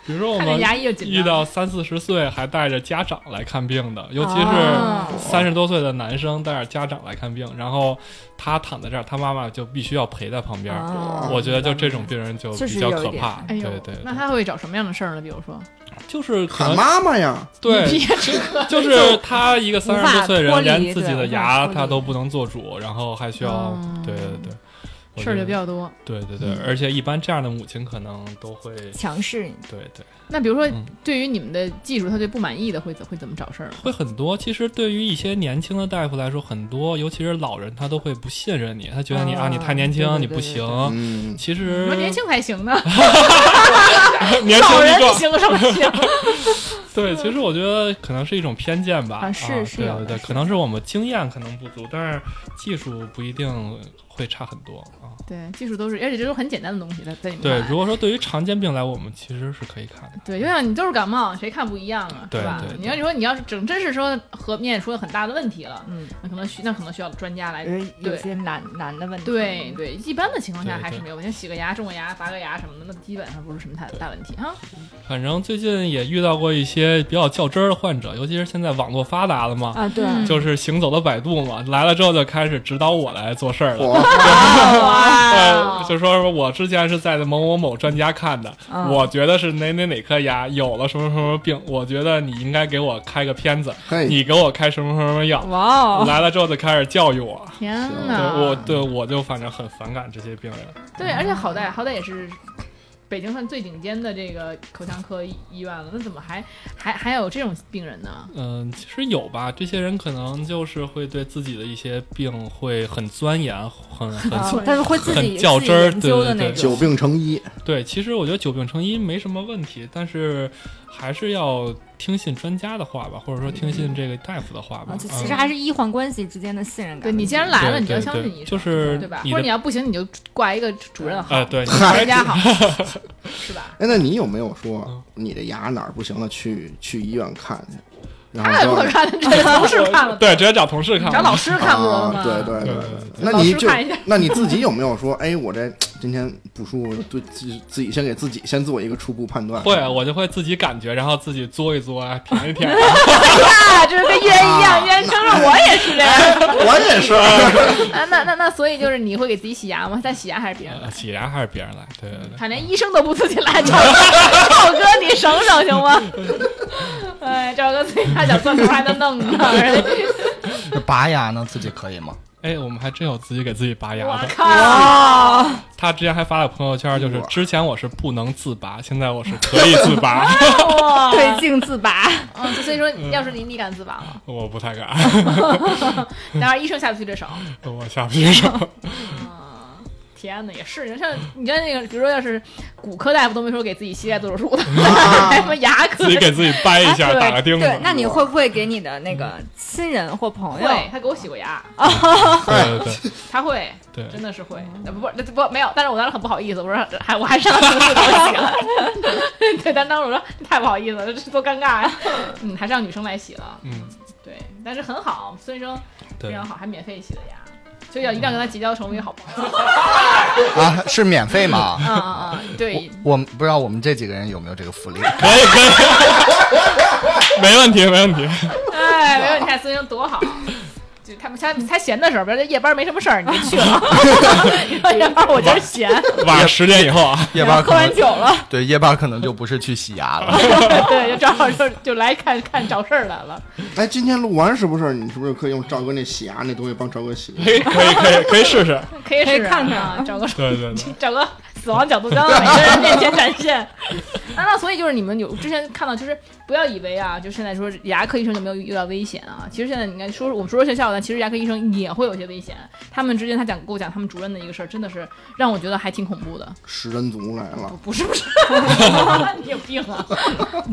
E: 比如说我
B: 看着
E: 们
B: 牙医就紧
E: 遇
B: 张。
E: 到三四十岁还带着家长来看病的，尤其
B: 哦
E: 是三十多岁的男生带着家长来看病，然后他躺在这儿，他妈妈就必须要陪在旁边。
F: 哦
E: 我觉得就这种病人就比较可怕，
B: 哎
E: 对
B: 呦，
E: 对对，
B: 那他会找什么样的事儿呢？比如说，
E: 就是可
D: 喊
E: 能
D: 妈妈呀！
B: 你
E: 对，
B: 别扯
E: 就是他一个三十多岁的
F: 无法脱
E: 人，
F: 离
E: 连自己的
F: 对无法
E: 牙
F: 脱离啊
E: 他都不能做主，然后还需要
B: 嗯
E: 对对对，我
B: 事儿就
E: 觉得
B: 比较多。
E: 对对
F: 嗯
E: 对，而且一般这样的母亲可能都会
F: 强势你，
E: 对对。
B: 那比如说
E: 嗯，
B: 对于你们的技术，他对不满意的会怎会怎么找事儿呢？啊
E: 会很多。其实对于一些年轻的大夫来说，很多，尤其是老人，他都会不信任你，他觉得你
B: 啊
E: 啊，你太年
B: 对对
E: 轻，
B: 对
E: 你不行。
D: 嗯，
E: 其
B: 我
E: 实
B: 说年轻才行 呢，
E: 年轻
B: 老人
E: 一
B: 不
E: 个，
B: 行什么行？
E: 对，其实我觉得可能是一种偏见吧。
F: 啊是是
E: 对
F: 有
E: 对
F: 的
E: 对，
F: 是
E: 可能是我们经验可能不足，但是技术不一定会差很多啊。
B: 对，技术都是，而且这都很简单的东西，在在你们
E: 对
F: 嗯
B: 看，来
E: 如果说对于常见病来，我们其实是可以看的。
B: 对，就像你都是感冒，谁看不一样啊，
E: 对
B: 是吧
E: 对？对
B: 你要你说你要是整真是说和面出了很大的问题了，
F: 嗯，
B: 那可能需那可能需要专家
F: 哎
E: 哎
B: 来。
F: 有些难难的问题。
B: 对对，一般的情况下
E: 对
B: 还是
E: 对
B: 没有问题，洗个牙、种个牙、拔个牙什么的，那基本上不是什么太大问题啊 哈。
E: 反正最近也遇到过一些比较较真儿的患者，尤其是现在网络发达了嘛，
F: 啊，对，
B: 嗯
E: 就是行走的百度嘛，来了之后就开始指导我来做事儿了。
D: 我
E: 呃，就说我之前是在某某某专家看的，
F: 嗯
E: 我觉得是哪哪哪颗牙有了什么什么病，我觉得你应该给我开个片子，
D: 嘿
E: 你给我开什么什么药。
F: 哇哦，啊
E: 来了之后就开始教育我，
B: 天
E: 对
B: 哪！
E: 我对我就反正很反感这些病人。
B: 对，而且好歹好歹也是北京算最顶尖的这个口腔科医医院了，那怎么还还还有这种病人呢？
E: 嗯，其实有吧，这些人可能就是会对自己的一些病会很钻研，很很
F: 啊但是会自己
E: 很较真儿
F: 自己研究的那
E: 对对对
D: 久
F: 种。
D: 病成医，
E: 对。其实我觉得久病成医没什么问题，但是还是要听信专家的话吧，或者说听信这个大夫的话吧
F: 啊，。就其
E: 嗯
F: 实还是医患关系之间的信任感。
B: 对你既然来了，
E: 对
B: 你就要
E: 对
B: 相
E: 对
B: 信医生，
E: 就是
B: 对吧？
E: 你
B: 或者
E: 的
B: 你要不行，你就挂一个主任好，
E: 啊， 对，你
B: 专家 好，是吧？
D: 哎，那你有没有说
E: 嗯
D: 你这牙哪儿不行了，去去医院看去？然后
B: 太不
D: 就
B: 可看了，这同事看 了，
E: 对，直接找同事看
B: 找
E: 了
B: 老。师看不就完了吗？
D: 啊对对对
E: 对
D: 对
E: 对，
D: 那
B: 老
D: 你
B: 师
D: 就
B: 看一下
D: 那你自己有没有说，哎，我这今天不舒服，对自己自己先给自己先做一个初步判断？
E: 会，我就会自己感觉，然后自己嘬一嘬，舔一舔，
B: 啊，这是跟冤一样，
D: 啊
B: 冤生了我也是这样。
D: 我也是，
B: 啊，那那那，所以就是你会给自己洗牙吗？但洗牙还是别人来？
E: 呃喜然还是别人来。对对对。
B: 他连医生都不自己来，赵哥，赵哥你省省行吗？ 哎，赵哥自己大脚钻头还能弄呢，哎
C: 这 拔牙呢，自己可以吗？
E: 哎，我们还真有自己给自己拔牙
B: 我
E: 的。
B: 靠！
E: 他之前还发了朋友圈，就是
D: 哇
E: 之前我是不能自拔，现在我是可以自拔。
F: 对镜 自拔，
B: 嗯，所以说，要是你，你敢自拔吗？
E: 我不太敢，
B: 当然，医生下不去这手。
E: 我下不去手。
B: 天哪，也是，你像你像那个，比如说，要是骨科大夫都没说给自己膝盖做手术的，还 什么牙科
E: 啊自己给自己掰一下，
F: 对
E: 打个钉子。
F: 对，那你
E: 嗯
F: 会不会给你的那个亲人或朋友？
B: 会，他给我洗过牙，
E: 对对对
B: 他会，
E: 对
B: 真的是会，呃不不不没有，但是我当时很不好意思，我说还 我还是让他同事给我洗了， 对，但当时我说太不好意思了，这多尴尬呀、 嗯，还是让女生来洗了，
E: 嗯，
B: 对，但是很好，孙医生非
E: 对
B: 常好，还免费洗的牙，所以要一定要跟他结交成为好朋 友，
C: 啊，是免费吗？
B: 啊啊啊，对，
C: 我们不知道我们这几个人有没有这个 福利。
E: 可以可以， 没问题没问题。
B: 哎，没有你看孙医生多好。就他们他他闲的时候，比如说夜班没什么事儿，你就去 了。夜班我就是闲，
E: 晚上十点以后啊，
C: 夜班
B: 喝
C: 可
B: 完酒
C: 能
B: 了，
C: 对夜班可能就不是去洗牙了。
B: 对，就正好就就来看看找事儿来了。
D: 哎，今天录完是不是？你是不是可以用赵哥那洗牙那东西帮赵哥洗？
E: 可以可以可以可以试试。
B: 可以
F: 可以
B: 试试
F: 看看
B: 啊， 找个
E: 对对对，
B: 找个死亡角度，将在每个人面前展现。 那那所以就是你们有之前看到，就是不要以为啊，就现在说牙科医生就没有遇到危险啊。其实现在你看，说我们说说学校的，其实牙科医生也会有些危险。他们之间他讲给我讲他们主任的一个事儿，真的是让我觉得还挺恐怖的。
D: 食人族来了
B: 不，不是不是， 你有病啊！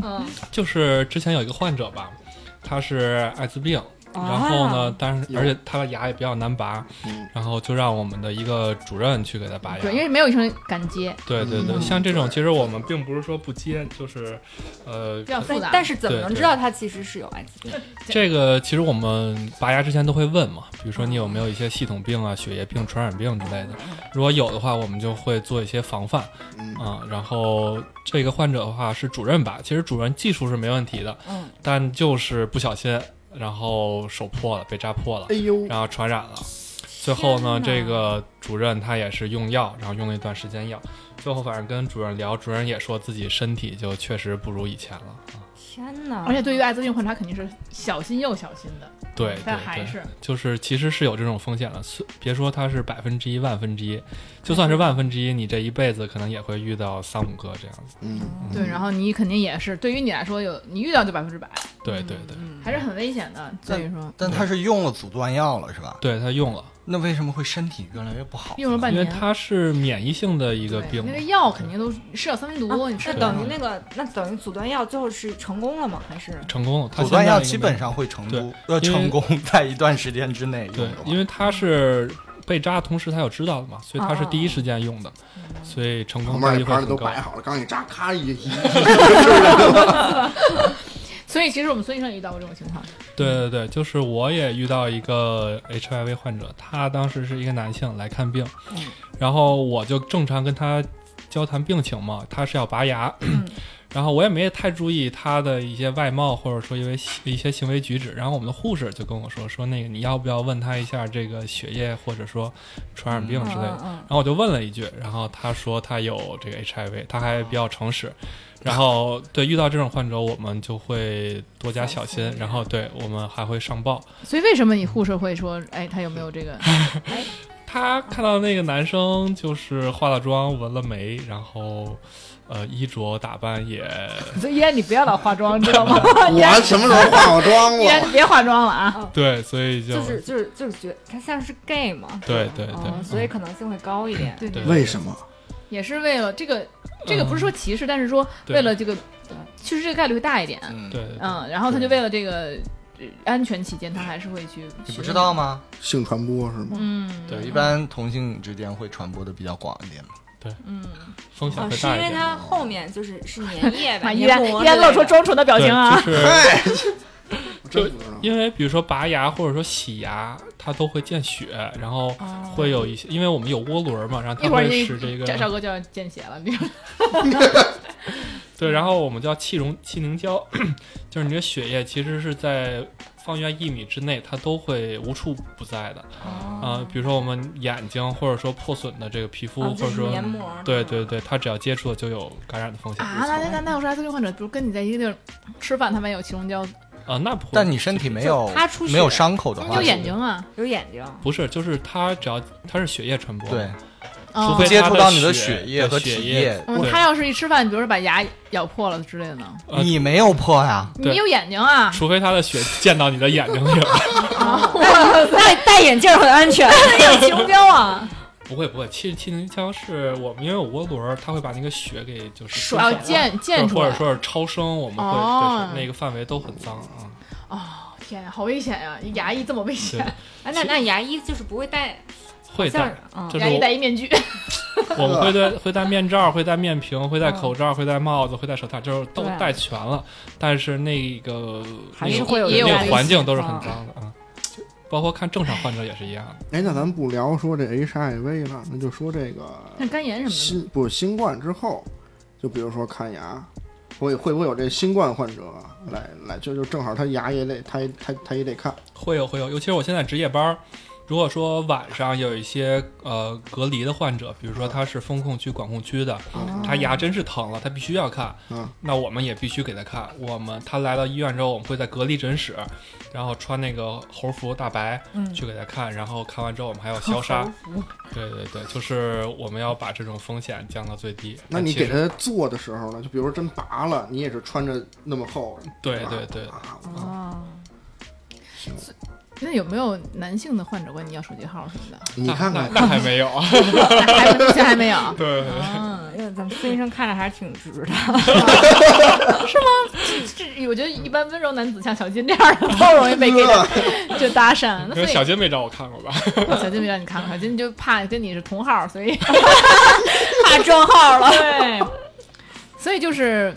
B: 嗯，
E: 就是之前有一个患者吧，他是艾滋病，然后呢，但是
D: 有
E: 而且他的牙也比较难拔
D: 嗯，
E: 然后就让我们的一个主任去给他拔 牙。
B: 对，因为没有医生敢接，
E: 对对对，
D: 嗯
E: 像这种其实我们并不是说不接，就是，呃
B: 比，较复
F: 但
B: 杂。
F: 但
B: 是
F: 是怎么
E: 对
F: 能
E: 对
F: 知道他其实是有艾滋病？
E: 这个其实我们拔牙之前都会问嘛，比如说你有没有一些系统病啊、
D: 嗯
E: 血液病、传染病之类的，如果有的话，我们就会做一些防范
D: 嗯
E: 啊、然后这个患者的话是主任拔，其实主任技术是没问题的，
F: 嗯，
E: 但就是不小心，然后手破了，被扎破了
D: 哎，呦，
B: 嗯
E: 然后传染了。最后呢，
F: 天哪
E: 这个主任他也是用药，然后用了一段时间药，最后反正跟主任聊，主任也说自己身体就确实不如以前了。啊
F: 天哪！
B: 而且对于艾滋病患者，他肯定是小心又小心的，
E: 对 对
B: 但还
E: 对，
B: 是
E: 就是其实是有这种风险的，虽别说它是百分之一、万分之一，就算是
B: 嗯
E: 万分之一，你这一辈子可能也会遇到三五个这样子。
D: 嗯，
B: 对，然后你肯定也是，对于你来说有你遇到就百分之百，
E: 对对对，
F: 嗯
B: 还是很危险的。
E: 嗯
B: 所以说
C: 但他是用了阻断药了是吧？
E: 对他用了，
C: 那为什么会身体越来越不好？
B: 用了半
E: 因为
B: 年，
E: 它是免疫性的一个
B: 对
E: 病嘛
B: 那。个药肯定都是是药三分毒，
F: 啊
B: 你吃
F: 那
B: 了
F: 等于那个，那等于阻断药最后是成功了吗？还是
E: 成功了，它
C: 阻断药
E: 现在应该
C: 基本上会成功，
E: 对
C: 呃，
E: 因为
C: 成功在一段时间之内用
E: 对
C: 的，话
E: 因为他是被扎的同时他有知道的嘛，所以他是第一时间用的，所以成功
D: 旁
E: 概
D: 边
E: 率
D: 那
E: 会
D: 盘
E: 很
D: 都
E: 高
D: 摆。好了，刚一扎，咔一 一，
B: 所以其实我们孙医生也遇到过这种情况，
E: 对对对，就是我也遇到一个 HIV 患者，他当时是一个男性来看病，然后我就正常跟他交谈病情嘛，他是要拔牙。
F: 嗯
E: 然后我也没太注意他的一些外貌，或者说因为一些行为举止。然后我们的护士就跟我说说那个你要不要问他一下这个血液或者说传染病之类的。
F: 嗯嗯嗯
E: 然后我就问了一句，然后他说他有这个 HIV，他还比较诚实。然后对遇到这种患者，我们就会多加小心。然后对我们还会上报。
B: 所以为什么你护士会说，哎，他有没有这 个？
E: 他看到那个男生就是化了妆、纹了眉，然后呃衣着打扮也
B: 所以依然你不要老化妆，知道 吗？
D: 我什么时候化过妆
B: 依然
D: 了？
B: 你别化妆了啊！
E: 对，所以就
F: 就是就是就是觉他像是 gay 嘛？
E: 对对对
B: 哦
F: 嗯，所以可能性会高一点。
B: 对
E: 对 嗯
D: 为什么？
B: 也是为了这个，这个不是说歧视，但是说
E: 对
B: 为了这个，其实这个概率会大一点。
C: 嗯，
E: 对，对
B: 嗯，然后他就为了这个呃安全起见，他还是会去。
C: 你不知道？吗？
D: 性传播是吗？
B: 嗯，
E: 对
C: 一般同性之间会传播的比较广一点嘛。
B: 嗯。
E: 风险
F: 哦，
E: 会
F: 是
E: 大
F: 因
E: 一
F: 为
E: 点。
F: 他后面就是是粘液吧？
B: 啊，依
F: 黏
B: 然
F: 膜
B: 依然
F: 之类
B: 露出
F: 的
B: 装纯的表情啊！
E: 对，就是
D: 我真不知道。
E: 因为比如说拔牙或者说洗牙，它都会见血，然后
F: 哦
E: 会有一些，因为我们有涡轮嘛，然后
B: 一
E: 它
B: 会儿
E: 会
B: 你
E: 使这
B: 赵赵
E: 个
B: 哥就要见血了，比如
E: 对，然后我们叫气溶气凝胶， 就是你这血液其实是在方圆一米之内，它都会无处不在的
F: 哦嗯
E: 啊、比如说我们眼睛或者说破损的这个皮肤，
F: 啊
E: 或
F: 就
E: 者
F: 是
E: 说
F: 黏膜儿
E: 对对对，它只要接触了就有感染的风险
B: 啊，那那那那我说艾滋病患者，比如跟你在一个地儿吃饭，他们也有气溶胶，
E: 啊，那不会。
C: 但你身体没有
F: 就他出血
C: 没有伤口的
B: 那
C: 话，
B: 就眼睛啊，
F: 有眼睛，
E: 不是，就是它只要它是血液传播，
C: 对，
E: 除
B: 哦
E: 非
C: 接
E: 它
C: 触到你
E: 的
C: 的
E: 血
C: 血液和
E: 血
C: 体
E: 液
C: 液，
B: 嗯，
E: 对
B: 他要是一吃饭，比如说把牙咬破了之类的呢，
E: 呃
C: 你没有破呀？
E: 对
B: 你有眼睛啊，
E: 除非他的血 溅到你的眼睛里了。
F: 戴戴眼镜儿很安 全。
B: 你有气溶胶啊，
E: 不会不会，气气凝胶是我们因为有涡轮儿，它会把那个血给就是
B: 我要溅溅出
E: 或者
B: 来。
E: 说是超声，我们会、
B: 哦
E: 就是那个范围都很脏啊。
B: 哦，天呀，好危险呀！牙医这么危
E: 对
B: 险，，
F: 啊，那那牙医就是不会戴
E: 会
F: 字
E: 戴
F: 儿，啊
E: 就，是
B: 牙医戴
E: 我
B: 一面 具，
E: 我们会戴会戴面罩，会戴面屏，会戴口罩，会戴帽子，会戴手套，就是都
F: 嗯对啊
E: 戴全了。但是那个
F: 还
E: 那
F: 是
E: 个
F: 会有
B: 也有
E: 那个环境
F: 危险
E: 都是很
F: 啊
E: 脏的啊。包括看正常患者也是一样的，
D: 哎，那咱们不聊说这 HIV 了，那就说这个
F: 嗯
B: 那肝炎什么
D: 新不新冠之后，就比如说看牙，会会不会有这新冠患者来来，就就正好他牙也得他也他他也得看，
E: 会有会有，尤其是我现在值夜班儿，如果说晚上有一些呃隔离的患者，比如说他是封控区、管控区的，
B: 的，
E: 他牙真是疼了，他必须要看，
D: 哦嗯
E: 那我们也必须给他看。我们他来到医院之后，我们会在隔离诊室，然后穿那个猴服大白
F: 嗯，
E: 去给他看，然后看完之后我们还要消杀。对对对，就是我们要把这种风险降到最低。
D: 那你
E: 哎其实
D: 给他做的时候呢，就比如说真拔了，你也是穿着那么厚，
E: 对
D: 吧
E: 对对，
D: 啊，
F: 哦，
B: 那有没有男性的患者问你要手机号什么的？
D: 你看看
E: 那那还没有 啊？
B: 还目前还没 有。啊
E: 对，
F: 嗯，因为咱们孙医生看着还是挺直的。
B: 这我觉得一般温柔男子像小金这样的都容易被给人就搭讪。那
E: 因
B: 所
E: 为
B: 以
E: 小金没找我看过吧？
B: 小金没让你看看，小金就怕跟你是同号，所以
F: 怕撞号了。
B: 对， 所以就是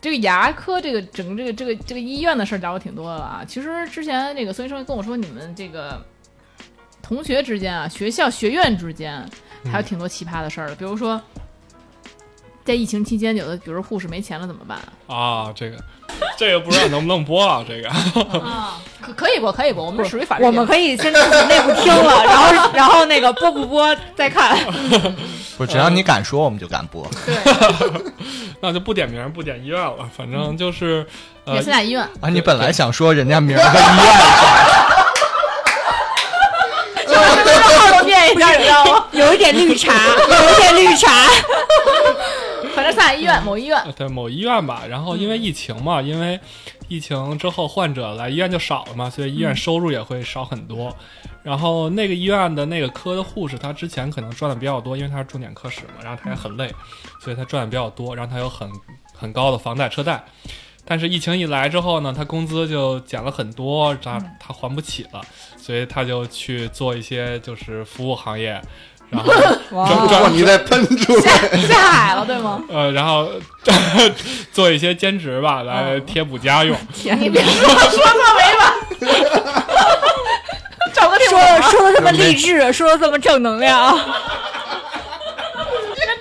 B: 这个牙科这个整个这个这个这个医院的事儿聊的挺多的啊。其实之前那个孙医生跟我说，你们这个同学之间啊，学校学院之间还有挺多奇葩的事儿的，比如说。在疫情期间，有的比如护士没钱了怎么办
E: 啊，这个这个不知道能不能播啊？这个
B: 啊？可可以不？可以不？我们属于法律
F: 我
B: 界的，
F: 们可以先自己内部听了，然后然后那个播不播再看。
C: 不，只要你敢说，我们就敢播。
E: 那就不点名不点医院了，反正就是呃
B: 也三甲医院，
C: 啊，你本来想说人家名儿和医院
B: 后头念一下，你知道吗？
F: 有一点绿茶，有一点绿茶。
B: 反正三甲医院某医 院，
E: 呃对某医院吧，然后因为疫情嘛，因为疫情之后患者来医院就少了嘛，所以医院收入也会少很多。然后那个医院的那个科的护士，她之前可能赚的比较多，因为她是重点科室嘛，然后她也很累，所以她赚的比较多，然后她有很很高的房贷车贷。但是疫情一来之后呢，她工资就减了很多，她她还不起了，所以她就去做一些就是服务行业，然后赚赚
D: 哇，你再喷出来，
B: 下海了，对吗？
E: 呃，然后做一些兼职吧，来贴补家用。
B: 你别说说错没吧，找个地
F: 说
B: 方
F: 的说的这么励志，说的这么正能量，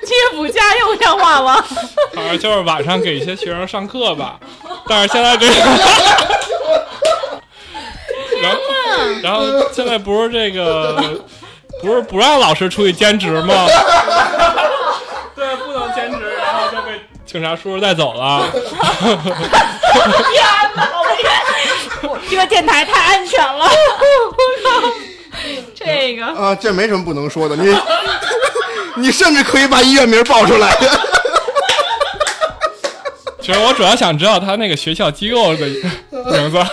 B: 贴补家用像话吗？
E: 反正就是晚上给一些学生上课吧，但是现在这个，然后然后现在不是这个，不是不让老师出去兼职吗？对，不能兼职，然后就被警察叔叔带走了。
F: 这个电台太安全了。
B: 这个
D: 啊，这没什么不能说的，你你甚至可以把医院名报 出来。
E: 其实我主要想知道他那个学校机构的名字，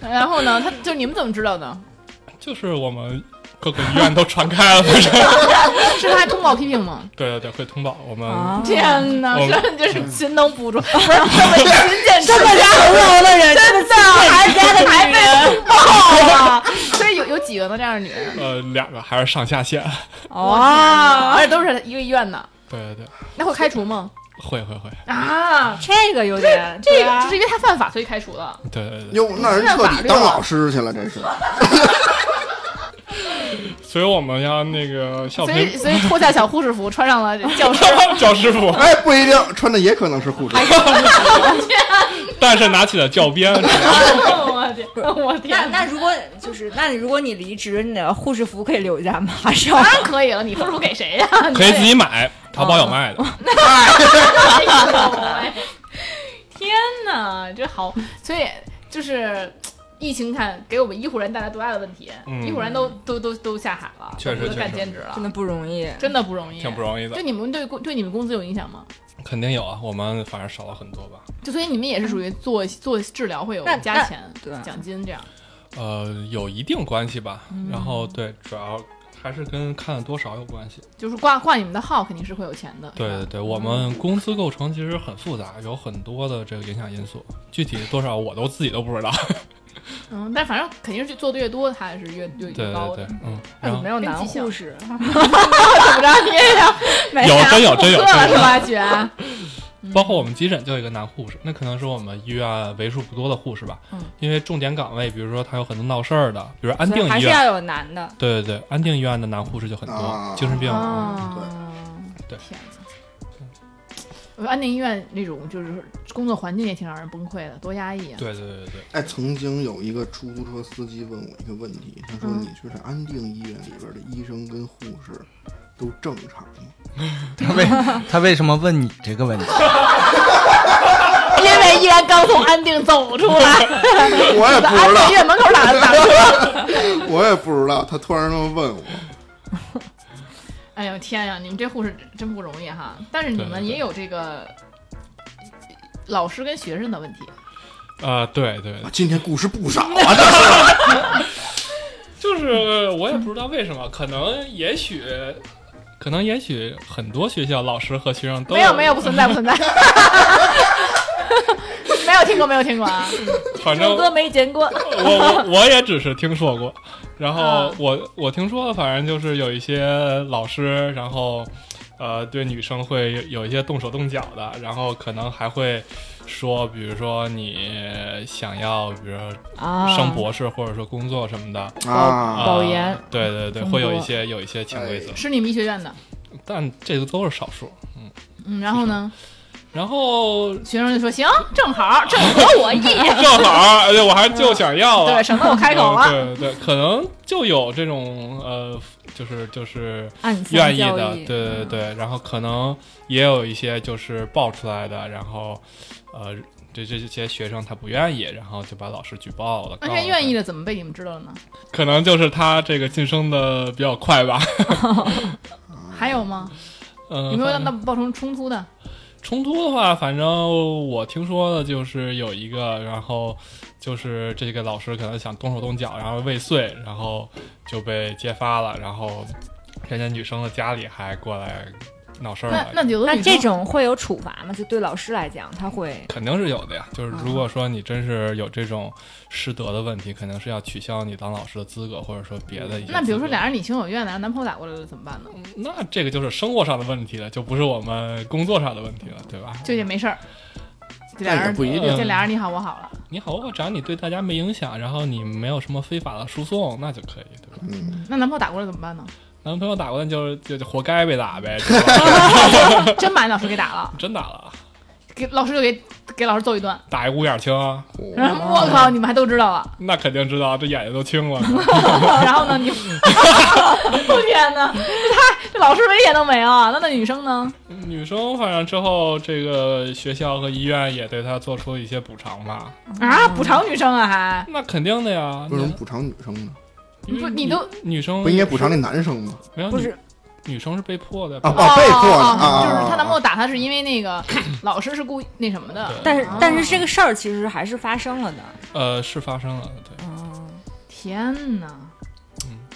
B: 然后呢？他就你们怎么知道的？
E: 就是我们各个医院都传开了，不是？
B: 是他还通报批评吗？
E: 对对对，会通报我们。
F: 哦
B: 天哪，
E: 我们
B: 这就是勤能补
F: 嗯
B: 拙，不是这么勤俭持家，
F: 温柔的人，
B: 真的还家的还被爆了。啊所以有有几个呢？这样的女人，
E: 呃，两个还是上下线。
F: 哇，
B: 而且都是一个医院的，
E: 对对对，
B: 那会开除吗？
E: 会会会，
B: 啊，
F: 这个有点
B: 这
F: 对
B: 个
F: 啊
B: 就是因为他犯法，所以开除了。
E: 对对对。
D: 哟，那人彻底当老师去了，这是。
E: 所以我们要那个校
B: 所
E: 评
B: 以所以脱下小护士服，穿上了教师，
E: 教 师傅，
D: 哎，不一定，穿的也可能是护
B: 哎
D: 士。
E: 但是拿起了 教鞭，
B: 哦我天，啊我
F: 那
B: 天，
F: 那如果就是，那你如果你离职，你的护士服可以留下吗？ 还是要
B: 当然可以了，你护士服给谁呀？
E: 可以自己买，淘宝有卖的。
B: 哦哎呦喂天哪，这好，所以就是。疫情看给我们医护人带来多大的问题？
E: 嗯
B: 医护人都都都都下海了，
E: 确实
B: 都
E: 确实
B: 干兼职了
F: 真，的不容易？
B: 真的不容易，
E: 挺不
B: 易。
E: 容易的
B: 对，你们对工对你们工资有影响吗？
E: 肯定有啊。我们反正少了很多吧，
B: 就所以你们也是属于做做治疗会有
F: 嗯那
B: 加
F: 那
B: 钱、
F: 对
B: 奖金这样。
E: 呃，有一定关系吧。
B: 嗯
E: 然后对，主要还是跟看的多少有关系。
B: 就是挂挂你们的号肯定是会有钱的。
E: 对对对，我们
B: 嗯
E: 工资构成其实很复杂，有很多的这个影响因素，具体多少我都自己都不知道。
B: 嗯，但反正肯定是做的越多，它是越越
E: 对
B: 越高的
E: 对对。，嗯，
F: 那
E: 然
F: 怎
E: 后
F: 么没有男
B: 跟技巧
F: 护士？
B: 怎么着你也 想没
E: 有
B: 啥
E: 真有真有
B: 顾客
E: 真
B: 了
E: 有
B: 是吧？姐，
F: 嗯
E: 包括我们急诊就有一个男护士，那可能是我们医院为数不多的护士吧。
F: 嗯，
E: 因为重点岗位，比如说他有很多闹事儿的，比如安定
F: 还
E: 医
F: 是
E: 院，
F: 要有男的。
E: 对对对，安定医院的男护士就很多，
D: 啊
E: 精神病。
B: 哦，
E: 嗯对
B: 天哪！我说安定医院那种就是工作环境也挺让人崩溃的，多压抑啊！
E: 对对对对对，
D: 哎，曾经有一个出租车司机问我一个问题，他说：“
B: 嗯
D: 你觉得安定医院里边的医生跟护士都正常 吗
C: 他为他为什么问你这个问题？
B: 因为依然刚从安定走出 来，？”
D: 我也
B: 在
D: 不
B: 安定医
D: 知道，
B: 院门口打的打车。
D: 我也不知道，他突然这么问我。
B: 哎呦天呀，你们这护士真不容易哈！但是你
E: 对对
B: 们
E: 对
B: 也有这个老师跟学生的问题。
E: 啊、对对，
D: 啊今天故事不少啊， 这是
E: 就是我也不知道为什么，可能也许，可能也许很多学校老师和学生都
B: 没有没有，不存在不存在。 没有听过，没有听过啊！
E: 反正
B: 哥 没见过。
E: 我我我也只是听说过，然后
B: 啊
E: 我、我听说，反正就是有一些老师，然后呃对女生会有有一些动手动脚的，然后可能还会说，比如说你想要，比如说
F: 啊
B: 嗯
E: 升博士、或者说工作什么的，
D: 啊，
F: 保
E: 呃
F: 研
E: 对对对，
F: 中
E: 会有
F: 国
E: 一些有一些潜规则，
B: 是你们医学院的，
E: 但这个都是少数。嗯，
B: 嗯，然后呢，
E: 然后
B: 学生就说行，正好，正合我 意，
E: 正好，而且我还就想要了
B: 嗯对，，省得我开口了。
E: 嗯对对对，可能就有这种呃，就是就是
F: 暗箱
E: 愿意
F: 交
E: 的，
F: 易
E: 对对对，
B: 嗯
E: 然后可能也有一些就是爆出来的，然后呃，这这这些学生他不愿意，然后就把老师举报了。
B: 那
E: 告
B: 这
E: 了
B: 愿意
E: 他，
B: 的怎么被你们知道了呢？
E: 可能就是他这个晋升的比较快吧。
B: 还有吗？
E: 嗯，
B: 有没有
E: 反
B: 让他们爆成冲突的？
E: 冲突的话，反正我听说的就是有一个，然后就是这个老师可能想动手动脚，然后未遂，然后就被揭发了，然后人家女生的家里还过来闹事儿
B: 那
E: 了。
B: 那有的
F: 那
B: 女生
F: 这种会有处罚吗？就对老师来讲，他会
E: 肯定是有的呀，就是
B: 嗯
E: 如果说你真是有这种师德的问题，肯定是要取消你当老师的资格，或者说别的一些。
B: 那比如说俩，人你情我愿的，然后男朋友打过来了怎么办呢？
E: 那这个就是生活上的问题了，就不是我们工作上的问题了，对吧？
B: 就也没事儿，这俩
D: 那也
B: 人
D: 不一
E: 定
B: 这俩人你好我好了。
E: 你好，我只要你对大家没影响，然后你没有什么非法的输送，那就可以，对吧？
D: 嗯，
B: 那男朋友打过来怎么办呢？
E: 男朋友打过来就就就活该被打呗，对吧
B: 真把你老师给打了，
E: 真打了，
B: 给老师就给给老师揍一顿。
E: 打一五眼青啊，
D: 嗯
B: 然后我靠，你们还都知道 了。
E: 那肯定知道，这眼睛都青了。
B: 然后呢，你，我天哪，这太这老师们一点都没有啊。那那女生呢？
E: 女生反正之后这个学校和医院也对她做出一些补偿吧，
B: 啊，补偿女生啊还？
E: 那肯定的呀。
D: 为什么补偿女生呢？
E: 因
B: 不
E: 为
B: 你
E: 女
D: 哦
B: 都
E: 女生
D: 不应该补偿那男生吗？
E: 没有
F: 不
E: 女
F: 是
E: 女生是被迫的
D: 啊
E: 被
D: 哦被迫的
B: 哦
D: 啊啊
B: 就是
D: 啊
B: 她
D: 啊
B: 男朋友打她是因为那个 老师是故意那什么的。
F: 但是
B: 哦
F: 但是这个事儿其实还是发生了的。
E: 呃是发生了，对，
F: 嗯，
B: 天哪，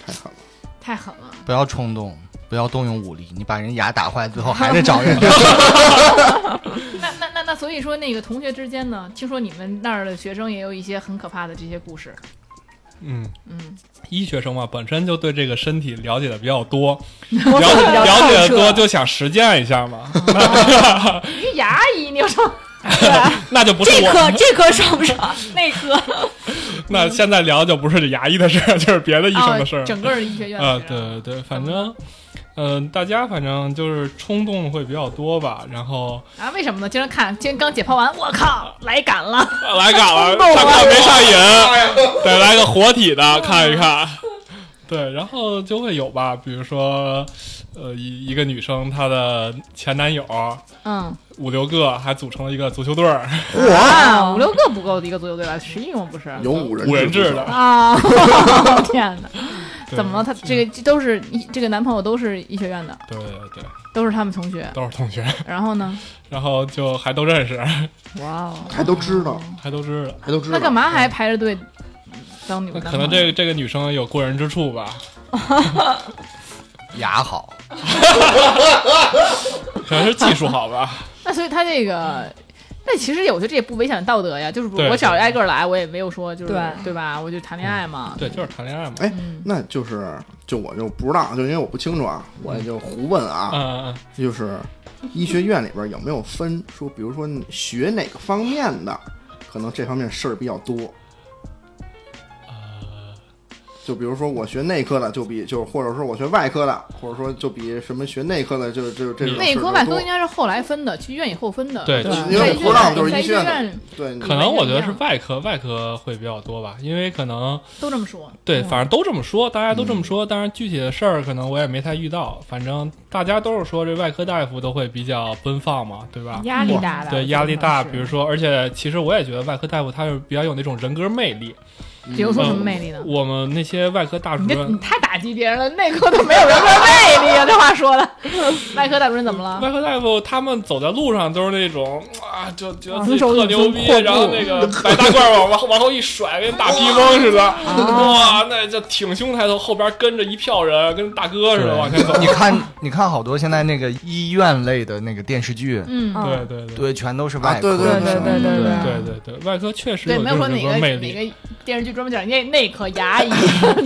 D: 太狠了。
B: 太狠了！
C: 不要冲动，不要动用武力，你把人牙打坏，最后还得找人。
B: 那那那那，所以说那个同学之间呢，听说你们那儿的学生也有一些很可怕的这些故事。
E: 嗯，
B: 嗯，
E: 医学生嘛，本身就对这个身体了解的比较多，
F: 摸
E: 了
F: 索得比较
E: 了解的
F: 透
E: 多
F: 彻。嗯
E: 就想实践一下嘛，
B: 你是牙医，你有什 么？
E: 那就不是
F: 这
E: 我，
F: 科这科爽 不爽？那科
E: 那现在聊就不是牙医的事儿， 就是别的 医生的事儿、
B: 哦整个医学院
E: 啊，
B: 的事
E: 对
B: 儿
E: 对对，反正，嗯、大家反正就是冲动会比较多吧，然后
B: 啊？为什么呢？经常看，今天刚解剖完，我靠，来赶了，
E: 啊来赶了，看看没上 瘾，得来个活体的看一看。对，然后就会有吧，比如说，呃，一一个女生她的前男友
B: 嗯，
E: 五六个，还组成了一个足球队儿，
B: 啊，五六个不够的一个足球队吧？十一个吗不是？
D: 有五人
E: 五人制的，
B: 啊！天哪，
E: 对
B: 怎么了？他这个这都是医这个男朋友都是医学院的，
E: 对对对，
B: 都是他们同学。
E: 都是同学，
B: 然后呢？
E: 然后就还都认识，
B: 哇哦，
D: 还都知道，
E: 还都 知道。
D: 还都知道。
B: 那干？嘛还排着队当女
E: 那
B: 的？
E: 可能这个这个女生有过人之处吧，
C: 牙好，
E: 可能是技术好吧。
B: 那所以他这个，那其实我觉得这也不违反道德呀。就是
E: 对
B: 我找挨个来，我也没有说就是
F: 对
B: 对吧？我就谈恋爱嘛。
E: 对，就是谈恋爱嘛。
D: 哎
B: 嗯，
D: 那就是就我就不知道，就因为我不清楚啊，我也就胡问啊。
E: 嗯嗯
D: 就是医学院里边有没有分说，比如说你学哪个方面的，可能这方面事儿比较多。
B: 呃
D: 就比如说我学内科的，就比就或者说我学外科的，或者说就比什么学内科的，就就这种
B: 内科
D: 事儿
B: 外
D: 多
B: 科应该是后来分的，去医院以后分的。
E: 对
B: 吧
E: 就是
D: 因为我不知道就是
B: 在
D: 医
B: 医
D: 学院
B: 院
D: 对
E: 嗯，
D: 你
E: 可能我觉得
B: 一
E: 是
B: 样
E: 外科，外科会比较多吧，因为可能
B: 都这么说。
E: 对，
B: 嗯
E: 反正都这么说，大家都这么说。当然具体的事儿可能我也没太遇到，反正大家都是说这外科大夫都会比较奔放嘛，对吧？
F: 压力大吧？
E: 对，压力大，
F: 我觉
E: 比
F: 得
E: 如
F: 是
E: 说，而且其实我也觉得外科大夫他是比较有那种人格魅力。
B: 比如说
E: 嗯
B: 什么魅力呢？
E: 我们那些外科大主
B: 你这你
E: 任，
B: 太打击别人了，内科都没有人格魅力啊！这话 说的，外科大主任怎么了？
E: 外科大夫他们走在路上都是那种啊，就觉得
B: 啊
E: 自己特牛逼，然后那个白大褂往往往后一甩，跟大披 风似的，哇，那就挺胸抬头，后边跟着一票人，跟大哥似的往前走。
C: 你看，你看好多现在那个医院类的那个电视剧，
B: 嗯，
F: 嗯
E: 对对对
C: 对，全都是外
D: 啊对
C: 科
D: 对
C: 的
D: 对
C: 什么
F: 对对
C: 的
F: 对
E: 对对对，外科确实
B: 对，
E: 这
B: 没有
E: 种
B: 说
E: 人
B: 哪
E: 格
B: 个
E: 魅
B: 哪
E: 力。
B: 个电视剧专门讲内内科、 牙医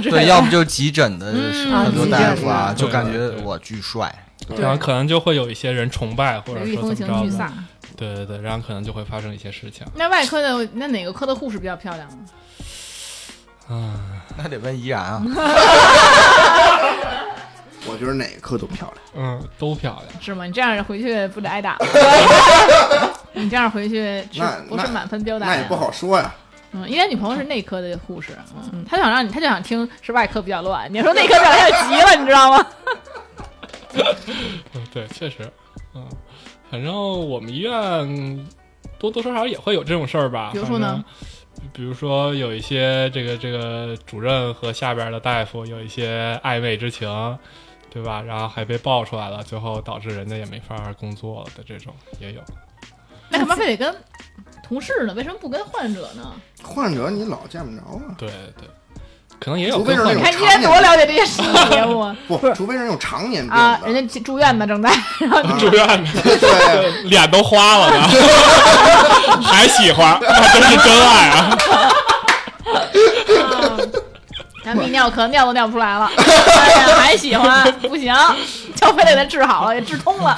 B: 之类
C: 对，
B: 的
C: 要不就是急诊的
B: 嗯
C: 很多大夫
E: 啊
C: 啊，
E: 急诊
C: 就感
E: 对
C: 觉
E: 对对
C: 我巨帅，
E: 然后可能就会有一些人崇拜，或者
B: 雷厉
E: 说
B: 风
E: 怎
B: 行
E: 么着
B: 巨
E: 的
B: 飒。。
E: 对对对，然后可能就会发生一些事情。
B: 那外科的那哪个科的护士比较漂亮呢？
E: 嗯
C: 那得问依然啊，
D: 我觉得哪科都漂亮。
E: 嗯，都漂亮。
B: 是吗？你这样回去不得挨 打？ 你这样回去是
D: 那
B: 不是满分标打
D: 那也
B: 呀
D: 不？好说呀。
B: 嗯，因为女朋友是内科的护士，嗯，她就想让你，她就想听是外科比较乱，你要说内科表现急了，你知道吗？
E: 嗯，对，确实，嗯，反正我们医院多多少少也会有这种事儿吧。
B: 比如说呢
E: 反正？比如说有一些这个这个主任和下边的大夫有一些暧昧之情，对吧？然后还被爆出来了，最后导致人家也没法儿工作了的这种也有。
B: 那干嘛非得跟同事呢？为什么不跟患者呢？
D: 患者你老见不着啊，
E: 对对，可能也有
D: 除非
E: 更
D: 是
E: 换
D: 那
B: 你
D: 种
B: 看依然多了解这些事业务
D: 不
F: 不是，
D: 除非是那种常年病的。
B: 啊！人家住院呢，正在，然后你
E: 住院的，
D: 对，
E: 脸都花了呢，还喜欢， 那真是真爱啊！
B: 嗯 然后泌尿科尿都尿不出来了，哎呀，还喜欢不行，就非得给他治好了，给治通了。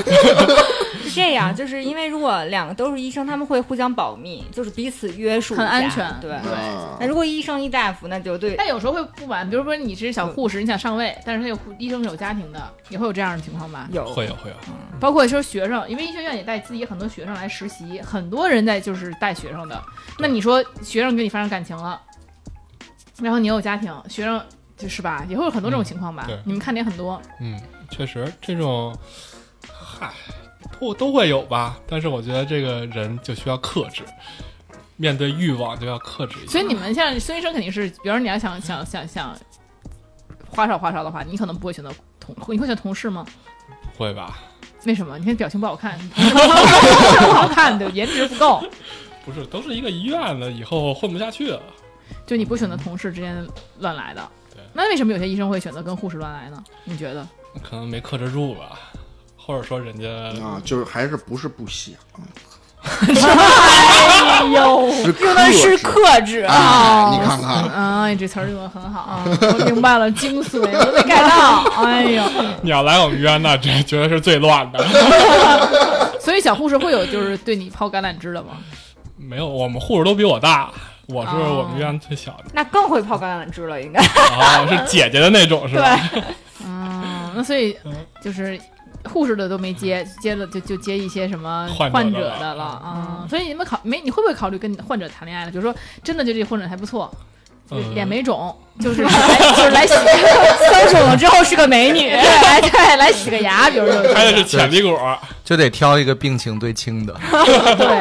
F: 是这样，就是因为如果两个都是医生，他们会互相保密，就是彼此约束一下，
B: 很安全
F: 对。
B: 对
D: 啊
F: 那如果一医生一大夫，那就 对
B: 但有时候会不满，比如说你是小护士，你想上位，但是他有护医生是有家庭的，也会有这样的情况吧？
F: 有
E: 会有会有，
B: 包括说学生，因为医学院也带自己很多学生来实习，很多人在就是带学生的。那你说学生跟你发生感情了，然后你有家庭，学生就是吧，也会有很多这种情况吧？
E: 嗯对
B: 你们看点很多，
E: 嗯，确实这种，嗨，都都会有吧。但是我觉得这个人就需要克制，面对欲望就要克制一
B: 所
E: 下。
B: 以你们像孙医生肯定是，比如说你要想想想想花哨花哨的话，你可能不会选择同，你会选同事吗？
E: 会吧？
B: 为什么？你看表情不好看，不好看，对，颜值不够，
E: 不是，都是一个医院的，以后混不下去啊了。
B: 就你不选择同事之间乱来的
E: 对。
B: 那为什么有些医生会选择跟护士乱来呢？你觉得？
E: 可能没克制住吧，或者说人家
D: 啊，就是还是不是不想，
B: 哎呦
D: 是
F: 用的是
D: 克
F: 克制
D: 制，哎，你看看，
B: 哎，这词儿用的很好啊！我明白了精髓，我都没 get 到。哎呦，
E: 你要来我们冤那这绝对是最乱的。
B: 所以小护士会有就是对你抛橄榄枝的吗？
E: 没有，我们护士都比我大，我是
B: 哦
E: 我们医院最小的，
F: 那更会泡橄榄枝了，应该。
E: 哦，是姐姐的那种是吧？
B: 嗯，那所以就是护士的都没接，接了就就接一些什么
E: 患者的
B: 患者的了啊、嗯所以你们考没？你会不会考虑跟患者谈恋爱呢？比如说，真的就这患者还不错，
E: 嗯
B: 脸没肿， 就是来就是来洗，
F: 分手了之后是个美女，
B: 对来对来洗个牙，比如说
E: 开的是潜力股，
C: 就得挑一个病情最轻的。
B: 对，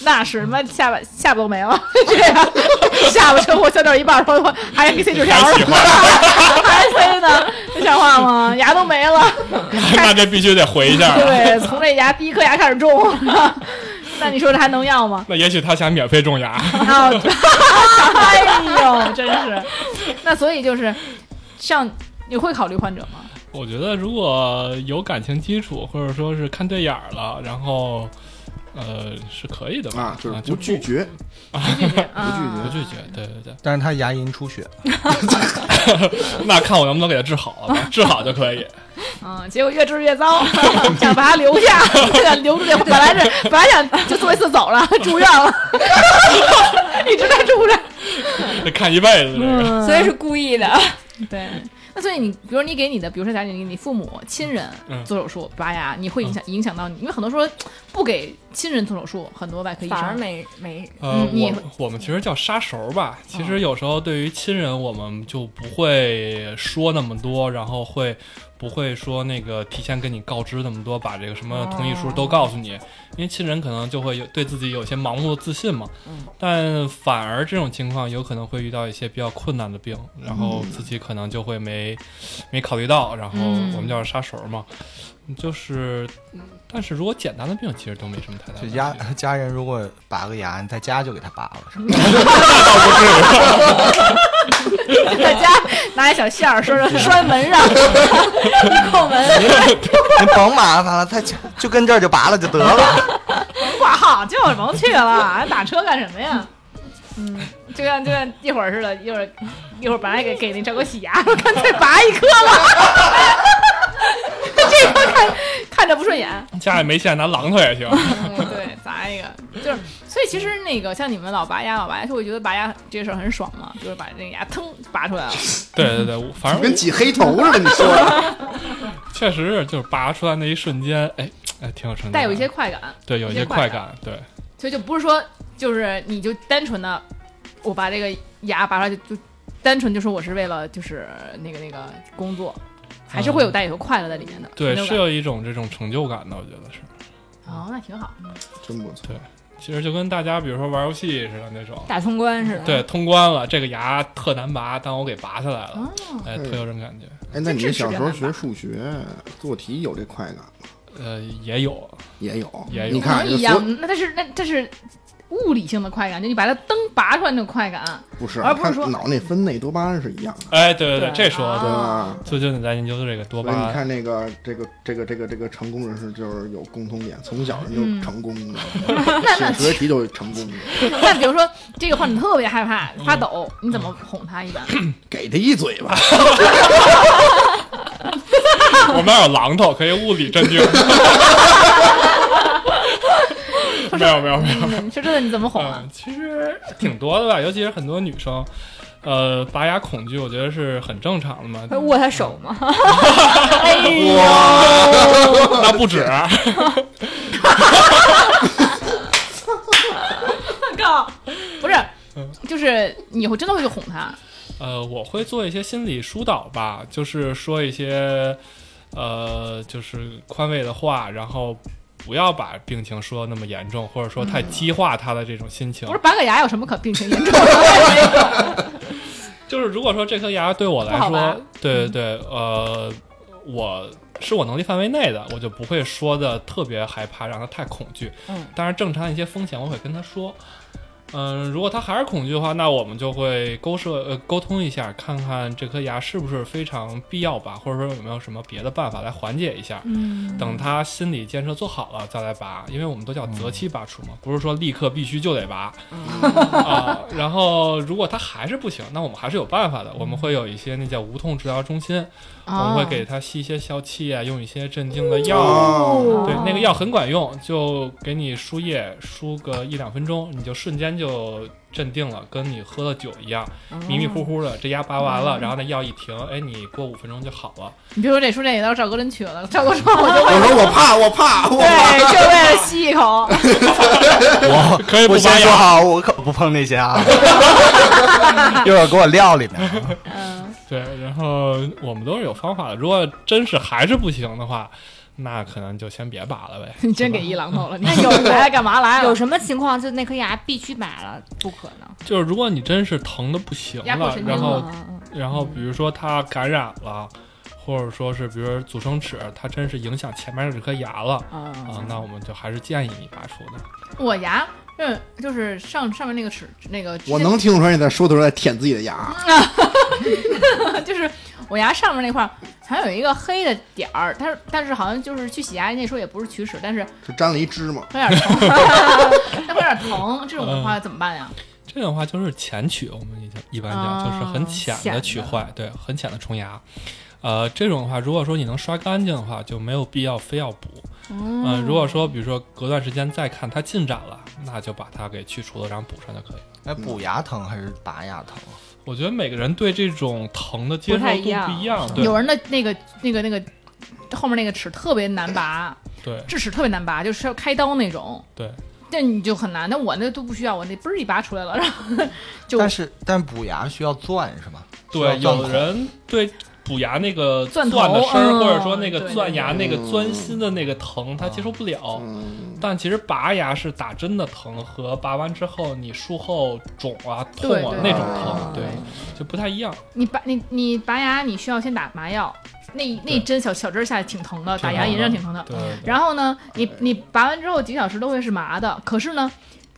B: 那是妈下巴下巴都没了，这样下巴车祸削掉一半儿，然后还给塞纸条
E: 还
B: 了
E: 喜，欢，
B: 还塞呢，这像话吗？牙都没
E: 啊
B: 了，
E: 那这必须得回一下。
B: 对，从这牙第一颗牙开始种， 那你说这还能要吗？
E: 那也许他想免费种牙，
B: 啊，哎呦，真是，那所以就是像。你会考虑患者吗？
E: 我觉得如果有感情基础，或者说是看对眼儿了，然后呃是可以的吧？
D: 啊，就是
E: 就
D: 不拒绝，
B: 啊
E: 不拒绝，对对对，
C: 但是他牙龈出血，
E: 那看我能不能给他治好了吧， 治好就可以。
B: 嗯，结果越治越糟， 想把他留下， 想留住这，本来是本来想就做一次走 了，住院了，一直在住着。
E: 得看一辈子这个。
B: 嗯，
F: 所以是故意的。
B: 对。那所以你，比如你给你的，比如说假如你给你父母亲人
E: 嗯
B: 做手术拔牙，你会影响影响到你，因为很多说不给亲人做手术，很多外科医
F: 反而
B: 生
F: 没没，
E: 呃，
B: 嗯你
E: 我我们其实叫杀熟吧。其实有时候对于亲人，我们就不会说那么多，然后会不会说那个提前跟你告知那么多，把这个什么同意书
B: 哦
E: 都告诉你，因为亲人可能就会有对自己有些盲目的自信嘛。
B: 嗯
E: 但反而这种情况有可能会遇到一些比较困难的病，然后自己可能就会没没考虑到，然后
B: 嗯
E: 我们叫杀熟嘛。就是，嗯但是如果简单的病其实都没什么太大
C: 就
E: 问题。
C: 家家人如果拔个牙，你在家就给他拔了，是吧
B: 在家拿一小线儿 拴拴门上，扣门
C: 您甭麻烦了，他就就跟这儿就拔了就得了。
B: 挂号，就甭去了， 还打车干什么呀？嗯，就像就像一会儿似的，一会儿一会儿本来给给那赵哥洗牙，说干脆拔一颗 吧，这颗看看着不顺眼，
E: 家里没钱拿榔头也行。
B: 嗯，对，砸一个，就是，所以其实那个像你们老拔牙，老拔牙，就会觉得拔牙这个事儿很爽嘛，就是把那个牙腾拔出来了，
E: 对对 对，我反正
D: 跟挤黑头似的，你说的
E: 确实是，就是拔出来那一瞬间，哎哎，挺有成就感，
B: 带有一些快感，
E: 对，有
B: 一
E: 一
B: 些
E: 些
B: 快
E: 快感，对，
B: 所以就不是说就是你就单纯的我把这个牙拔出来就就单纯就说我是为了就是那个那个工作，还是会有带有快乐在里面的，
E: 对，
B: 成
E: 是
B: 就感
E: 有一种这种成就感的，我觉得是。
B: 哦，那挺好，
D: 真不错。
E: 其实就跟大家比如说玩游戏似的那
B: 啊
E: 种，
F: 打通关似的。
E: 对，通关了，这个牙特难拔，但我给拔下来
B: 嗯哦
E: 了，哎，特有这种感觉。
D: 哎，那
B: 这
D: 你
B: 是
D: 小时候
B: 这样
D: 学
B: 吧
D: 数学做题有这快感吗？
E: 呃，也有，
D: 也有，
E: 也有
D: 你
B: 可能
D: 看，
B: 一
D: 这
B: 样
D: 所，
B: 那但是那但是物理性的快感，呃就你把它灯拔出来那种快感，啊
D: 不是，
B: 而不是
D: 它
B: 说哦
D: 脑内分泌多巴胺是一样的，
E: 哎，对对
B: 对啊
E: 这说
D: 对
E: 的
D: 吧？
E: 对，最近你在研究的这个多
D: 所
E: 巴
D: 以你
E: 胺，
D: 看那个这个这个这个这个成功人士就是有共通点，从小人
B: 嗯
D: 就成功 的，写数学题就成功的，
B: 但比如说这个患者特别害怕发抖，你怎 么哄他一般？
D: 给他一嘴巴，
E: 我们那儿有榔头，可以物理 镇定。 没有没有没有，
B: 嗯，说真的，你怎么哄啊
E: 嗯？，其实挺多的吧，尤其是很多女生，呃，拔牙恐惧，我觉得是很正常的嘛。
F: 会握他手吗？
E: 那不止，啊
B: 告不是，就是你会真的会去哄他，
E: 呃，我会做一些心理疏导吧，就是说一些，呃，就是宽慰的话，然后不要把病情说那么严重，或者说太激化他的这种心情。
B: 不是拔个牙有什么可病情严重？
E: 就是如果说这颗牙对我来
B: 不好拔
E: 说，对对对，呃，我是我能力范围内的，我就不会说的特别害怕，让他太恐惧。
F: 嗯，
E: 当然正常一些风险我会跟他说。嗯、如果他还是恐惧的话，那我们就会沟涉呃沟通一下，看看这颗牙是不是非常必要吧，或者说有没有什么别的办法来缓解一下。
F: 嗯，
E: 等他心理建设做好了再来拔，因为我们都叫择期拔除嘛，不是说立刻必须就得拔、 啊。然后如果他还是不行，那我们还是有办法的，我们会有一些那叫无痛治疗中心，
F: 哦
E: 我们会给他吸一些消气啊，用一些镇静的药。
D: 哦
E: 对，那个药很管用，就给你输液，输个一两分钟，你就瞬间就镇定了，跟你喝了酒一样，迷迷糊糊的，这牙拔完了，然后那药一停，哎，你过五分钟就好了。
B: 你别说这说这，也到赵哥真瘸了，赵哥说我就
D: 我说 我怕，我怕，我
B: 对，就为了吸一口。
C: 我
E: 可以不
C: 我先
E: 拔
C: 说
E: 牙
C: 好，我可不碰这些啊，一会儿给我撂里面。啊
B: 嗯，
E: 对，然后我们都是有方法的。如果真是还是不行的话，那可能就先别拔了呗。
B: 你真给一榔头了，你有 来了干嘛来了？
F: 有什么情况就那颗牙必须拔了，不可能。
E: 就是如果你真是疼的不行
B: 压迫
E: 了，
B: 神经
E: 然后
F: 嗯嗯
E: 然后比如说它感染了，或者说是比如说阻生齿，它真是影响前面这颗牙了啊、
B: 啊
E: 那我们就还是建议你拔除的。
B: 我牙，嗯，就是上上面那个齿，那个
D: 我能听出来你在说的时候在舔自己的牙，
B: 就是我牙上面那块儿好像有一个黑的点儿，但是但是好像就是去洗牙那时候也不是龋齿，但是
D: 就沾了一芝麻。
B: 会有点 疼，但会有点疼，这种的话怎么办呀？
E: 这种的话就是浅取，我们一讲一般讲、
B: 啊
E: 就是很浅的取坏，对，很浅的虫牙。呃，这种的话，如果说你能刷干净的话，就没有必要非要补。嗯、如果说比如说隔段时间再看它进展了，那就把它给去除了，然后补上就可以。
C: 哎，补牙疼还是拔牙疼？
E: 我觉得每个人对这种疼的接受
F: 不
E: 度
F: 太
E: 不
F: 一样
E: 一样，对
B: 有人的那个那个那个后面那个齿特别难拔，
E: 对
B: 智齿特别难拔，就是要开刀那种。
E: 对，
B: 那你就很难，那我那都不需要，我那嘣儿一拔出来了，然后就
C: 但是但是补牙需要钻是吗？
E: 对，
C: 需要钻
E: 有
C: 孔
E: 人对补牙那个
B: 钻头
E: 的声儿，
B: 嗯
E: 或者说那个
B: 对
E: 钻牙那个
D: 嗯
E: 钻心的那个疼，他接受不了。
D: 嗯，
E: 但其实拔牙是打针的疼和拔完之后你术后肿啊、痛
B: 对
E: 啊
B: 对
E: 那种
D: 对
E: 疼，
B: 对
E: 对，就不太一样。
B: 你拔你你拔牙，你需要先打麻药，那一那一
E: 对
B: 针小小针下来挺疼的，
E: 挺
B: 打牙龈上挺疼的。
E: 对，对
B: 啊然后呢，你你拔完之后几小时都会是麻的，可是呢，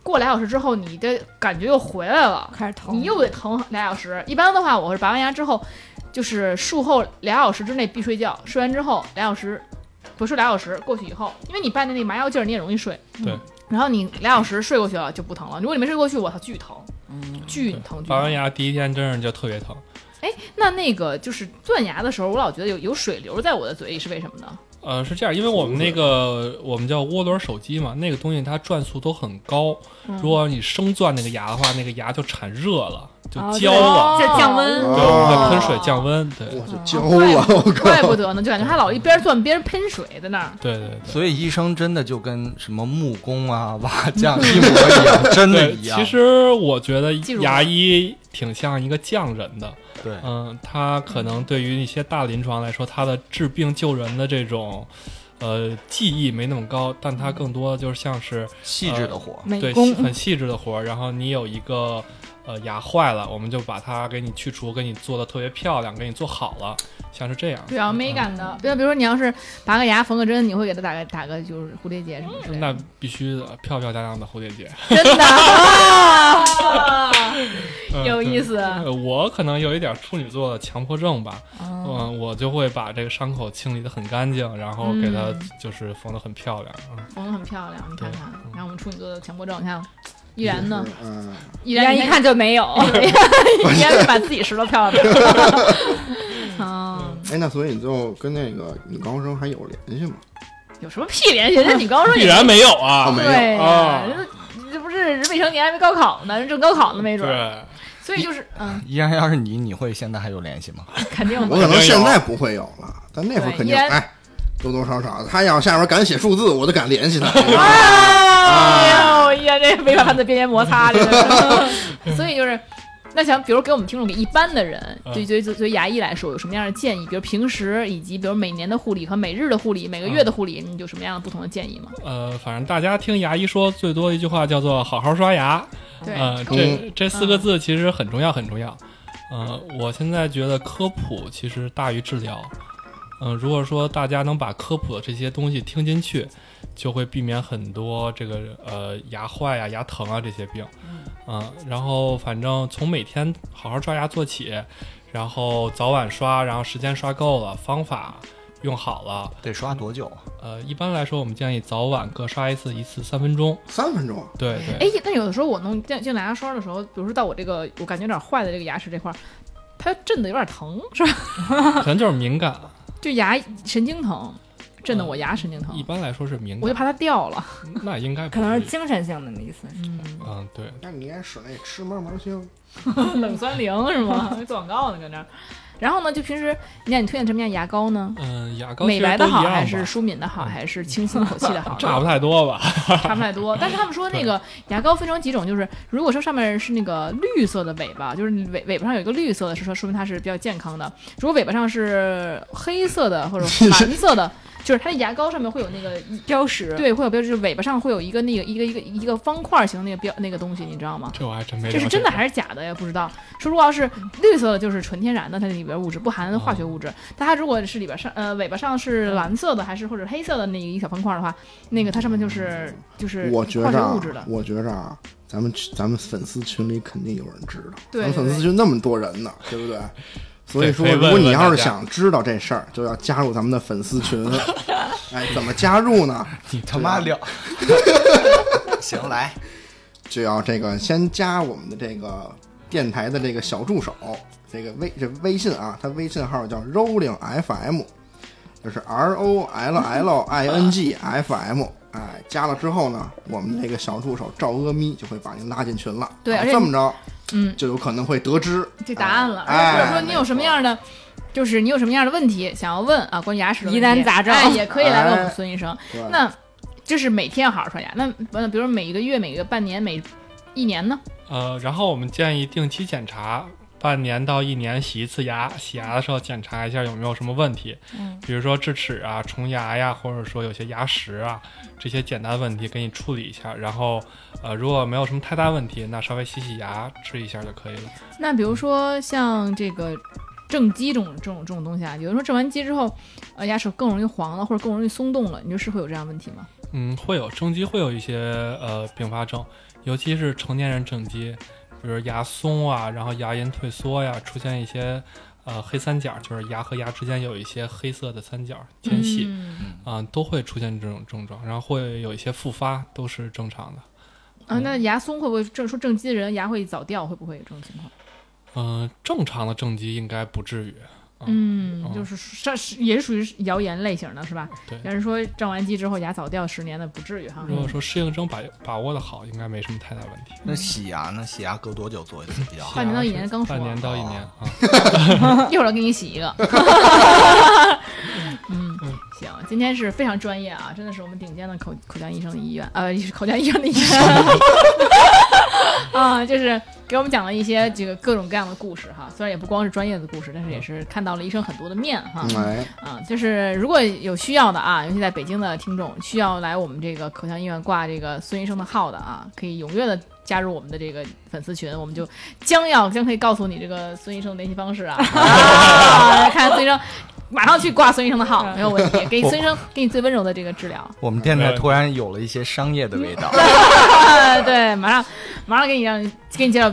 B: 过俩小时之后你的感觉又回来了，
F: 开始疼，
B: 你又得疼俩小时。一般的话，我是拔完牙之后，就是术后俩小时之内必睡觉，睡完之后俩小时，不是俩小时过去以后，因为你办的那麻药劲儿你也容易睡，
E: 对
B: 嗯然后你俩小时睡过去了就不疼了，如果你没睡过去，我操，巨疼，巨
E: 对
B: 疼。巨
E: 嗯拔
B: 疼
E: 完牙第一天真是就特别疼。
B: 哎，那那个就是钻牙的时候，我老觉得有有水流在我的嘴里，是为什么呢？
E: 呃，是这样，因为我们那个我们叫涡轮手机嘛，那个东西它转速都很高，
B: 嗯
E: 如果你生钻那个牙的话，那个牙就产热了，就
F: 哦
E: 焦了，
F: 这降温。
C: 啊
E: 对，我们会喷水降温，
B: 呃
E: 对，
D: 我就焦
B: 怪
D: 了，啊我
B: 不怪
D: 靠
B: 不！得呢，就感觉他老一边钻边喷水在那儿。
E: 对对对。
C: 所以医生真的就跟什么木工啊、瓦匠一模一样，真的
E: 对，
C: 一样。
E: 其实我觉得
B: 记住
E: 牙
B: 了
E: 医挺像一个匠人的，
C: 对
E: 嗯，他可能对于一些大临床来说，他的治病救人的这种。呃，技艺没那么高，但
B: 嗯
E: 他更多就是像是
C: 细致的活，
F: 美
E: 对
F: 工
E: 很细致的活儿。然后你有一个呃牙坏了，我们就把它给你去除，给你做的特别漂亮，给你做好了，像是这样。
B: 对啊，美感的。比如比如说，你要是拔个牙、缝个针，你会给他打个打个就是蝴蝶结什么之类的。
E: 那必须的，漂漂亮亮的蝴蝶结，
B: 真的，啊
E: 嗯
B: 有
E: 对
B: 意思。
E: 呃我可能有一点处女座的强迫症吧，嗯，我就会把这个伤口清理的很干净，然后给它就是缝的很漂亮。嗯
B: 缝的很漂亮，你看看
E: 对嗯。
B: 然后我们处女座的强迫症，你看依然呢，
D: 嗯，
B: 依
F: 然
B: 然
F: 一看，就没有，
B: 依然是把自己拾掇漂亮的。啊，
D: 哎，那所以你最后跟那个女高中生还有联系吗？
B: 有什么屁联系？人家女高中
E: 必
B: 也
E: 然没有啊，
D: 啊没有
B: 对呀
E: 啊，
B: 人这不是人未成年还没高考呢，人正高考呢，没准儿。
E: 对，
B: 所以就是，嗯，
C: 依然要是你，你会现在还有联系吗？
B: 肯定
D: 我
B: 的。
D: 可能现在不会有了，但那会儿
B: 对
D: 肯
B: 依
D: 定
B: 然
D: 哎，多多少少的。他要下边敢写数字，我就敢 联系他。
B: 啊哎呦，呀，这违反他的边缘摩擦，这个。所以就是，那想，比如给我们听众，给一般的人，
E: 嗯
B: 对对对，对牙医来说，有什么样的建议？比如平时以及比如每年的护理和每日的护理，每个月的护理，你有什么样的不同的建议吗？
E: 呃，反正大家听牙医说最多一句话叫做“好好刷牙”，
B: 对，
E: 呃，这这四个字其实很重要，很重要。呃，我现在觉得科普其呃实大于治疗。嗯、如果说大家能把科普的这些东西听进去，就会避免很多这个呃牙坏呀、牙疼啊这些病。嗯，然后反正从每天好好刷牙做起，然后早晚刷，然后时间刷够了，方法用好了。
C: 得刷多久啊？
E: 呃，一般来说，我们建议早晚各刷一次，一次三分钟。
D: 三分钟，
E: 对对。
B: 哎，但有的时候我弄进进牙刷的时候，比如说到我这个我感觉有点坏的这个牙齿这块儿，它震的有点疼，是吧？
E: 可能就是敏感，
B: 就牙神经疼，震得我牙神经疼
E: 一，般来说是敏
B: 我就
E: 感，
B: 怕它掉 了。
E: 那应该不
F: 可能是
E: 至于
F: 精神性的那意思。
E: 嗯，对，
D: 那你应该使那吃嘛嘛香，
B: 冷酸灵是吗？做广告呢，搁那儿。然后呢，就平时你看你推荐什么样牙膏呢？
E: 嗯，牙膏
B: 美
E: 其实
B: 白
E: 都
B: 的
E: 一样
B: 好，
E: 吧嗯
B: 还是舒敏的好，还是清新口气的 好？
E: 差不太多吧？
B: 差不太多。但是他们说那个牙膏分成几种，就是如果说上面是那个绿色的尾巴，就是尾尾巴上有一个绿色的，是说说明它是比较健康的；如果尾巴上是黑色的 或者蓝色的，就是它的牙膏上面会有那个
F: 标
D: 啊
F: 识，
B: 对，会有标志，就是尾巴上会有一个那个一个一个一个方块形的那个标那个东西，你知道吗？
E: 这我还真没了
B: 这
E: 解。
B: 是真的还是假的呀？不知道。说如果要是绿色的，就是纯天然的，它里边物质不含化学
D: 嗯
B: 物质。但它如果是里边上呃尾巴上是蓝色的，还是或者黑色的那一小方块的话，那个它上面就是就是
D: 我觉
B: 化
D: 着
B: 学
D: 啊
B: 物质的，。
D: 我觉着啊，咱们咱们粉丝群里肯定有人知道，
B: 对
D: 咱们粉丝群那么多人呢，对不对？所以说，
E: 可以
D: 如
E: 问
D: 果你
E: 问
D: 要是
E: 大家
D: 想知道这事儿，就要加入咱们的粉 丝群。哎，怎么加入呢？
C: 你他妈聊，行来，
D: 就要这个先加我们的这个电台的这个小助手，这个微这微信啊，他微信号叫 Rolling FM，就是 R O L L I N G F M。哎，加了之后呢，我们这个小助手赵阿咪就会把您拉进群了。
B: 对
D: 啊
B: 而且
D: 这么着，
B: 嗯，
D: 就有可能会得知
B: 这答案了。
D: 哎、
B: 而且或者说你有什么样的，就是你有什么样的问题想要问啊，关于牙齿的问题
F: 疑难杂症
B: 哎，也可以来问我们
D: 哎
B: 孙医生。
D: 对吧
B: 那就是每天要好好刷牙。那呃比如说每一个月、每个半年、每一年呢？
E: 呃，然后我们建议定期检查，半年到一年洗一次牙，洗牙的时候检查一下有没有什么问题，
F: 嗯
E: 比如说智齿啊、虫牙呀，或者说有些牙石啊，这些简单的问题给你处理一下。然后，呃，如果没有什么太大问题，那稍微洗洗牙、治一下就可以了。
B: 那比如说像这个正畸这种这种这种东西啊，有人说正完畸之后，呃，牙齿更容易黄了，或者更容易松动了，你说是会有这样的问题吗？
E: 嗯，会有正畸会有一些呃并发症，尤其是成年人正畸，比如牙松啊，然后牙龈退缩呀、出现一些呃黑三角，就是牙和牙之间有一些黑色的三角间隙
B: 嗯
E: 啊、都会出现这种症状，然后会有一些复发，都是正常的。
B: 啊，
E: 嗯
B: 那牙松会不会正说正畸的人牙会早掉，会不会有这种情况？
E: 嗯、正常的正畸应该不至于。
B: 嗯，
E: 嗯
B: 就是上是也是属于谣言类型的是吧？
E: 对
B: 有人说正完畸之后牙早掉十年的不至于哈。
E: 如果说适应症把把握的好，应该没什么太大问题。
C: 那洗牙呢？洗牙隔多久做一次比较好？
B: 半年到一
E: 洗牙
B: 年
E: 是
B: 刚说
E: 半年到一
C: 啊
E: 年啊。
B: 一会儿我给你洗一个。嗯，行，今天是非常专业啊，真的是我们顶尖的口口腔医生的医院，呃， 口腔医生的医院。啊，就是给我们讲了一些这个各种各样的故事哈，虽然也不光是专业的故事，但是也是看到了医生很多的面哈。
D: 嗯哎，
B: 啊，就是如果有需要的啊，尤其在北京的听众需要来我们这个口腔医院挂这个孙医生的号的啊，可以踊跃的加入我们的这个粉丝群，我们就将要将可以告诉你这个孙医生的联系方式啊，啊看看孙医生。马上去挂孙医生的号，没有问题，给孙医生给你最温柔的这个治疗。
C: 我们电台突然有了一些商业的味道。
B: 啊对，马上马上给你让给你介绍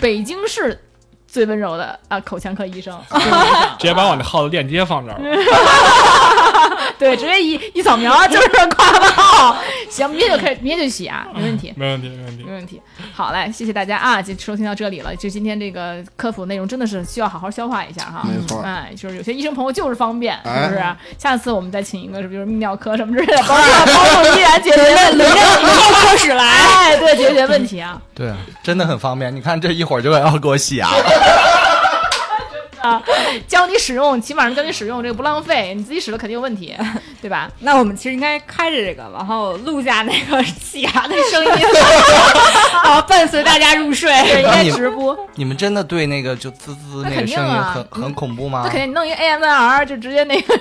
B: 北京市最温柔的啊口腔科医生。
E: 直接把我那号的链接放这儿了。
B: 对，直接一一扫描就是挂个号。行，明天就开始，明天就洗啊， 没问题。
E: 没问题，没问题
B: 没。问题，好嘞，谢谢大家啊！就收听到这里了，就今天这个科普内容真的是需要好好消化一下哈。
D: 没错
B: 哎，就是有些医生朋友就是方便，是
D: 哎
B: 不是？下次我们再请一个，是不是就是泌尿科什么之 类的，帮助帮助依然解决问题，
F: 开始来。
B: 哎，对，解决问题啊。
C: 对啊，真的很方便。你看这一会儿就要给我洗牙了。
B: 啊，教你使用，起码能教你使用，这个不浪费，你自己使了肯定有问 题，对吧？
F: 那我们其实应该开着这个，然后录下那个 洗牙的声音，然后伴随大家入睡。
B: 对，应该
C: 你
B: 直播。
C: 你们真的对那个就滋滋
B: 那
C: 那
B: 肯
C: 个
B: 定
C: 声音
B: 啊
C: 很很恐怖吗
B: 那肯？定弄一个 AMR 就直接那 个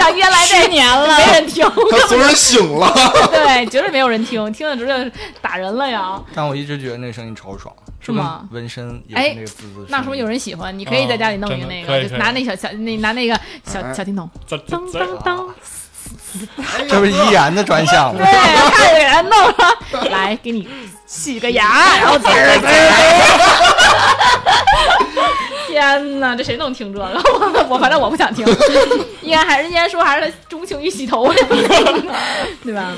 B: 让约来这年了，没人听，
D: 他突然醒了，
B: 对，绝对没有人听，听了直接打人了呀。
C: 但我一直觉得那声音超爽，
B: 是吗
C: 纹身也
B: 哎
C: 是那个滋滋。
B: 那说明有人喜欢，你可以在家里弄一个那
E: 哦真的可
B: 个，
E: 以哦
B: 就拿那小小那拿那个小
D: 哎
C: 啊
B: 小听筒，
E: 这
B: 当
E: 这
B: 当
E: 这
B: 当，
C: 这不是依然的专项吗？
B: 对，看给人弄 了，来给你洗个牙，然后滋儿滋儿。 天哪，这谁能听这个？我我反正我不想 听。依然还是依然说还是他钟情于洗 头，对吧？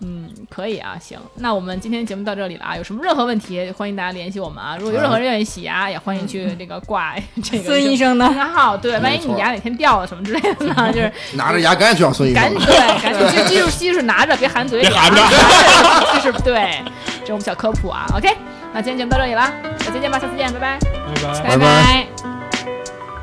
B: 嗯，可以啊，行，那我们今天节目到这里了啊，有什么任何问题欢迎大家联系我们啊。如果有任何人愿意洗牙，也欢迎去这个挂这个
F: 孙医生呢？
B: 账号，对，万一你
D: 没错
B: 牙哪天掉了什么之类的 呢，就是
D: 拿着牙赶紧去找孙医
B: 赶
D: 生
B: 紧。对，赶紧去技术技术拿着，别含嘴里，
G: 别含着
B: 着，就是对，这是我们小科普啊。OK，那今天节目到这里了，那再见吧，下次见，拜拜，
E: 拜
D: 拜
E: 拜。
B: 拜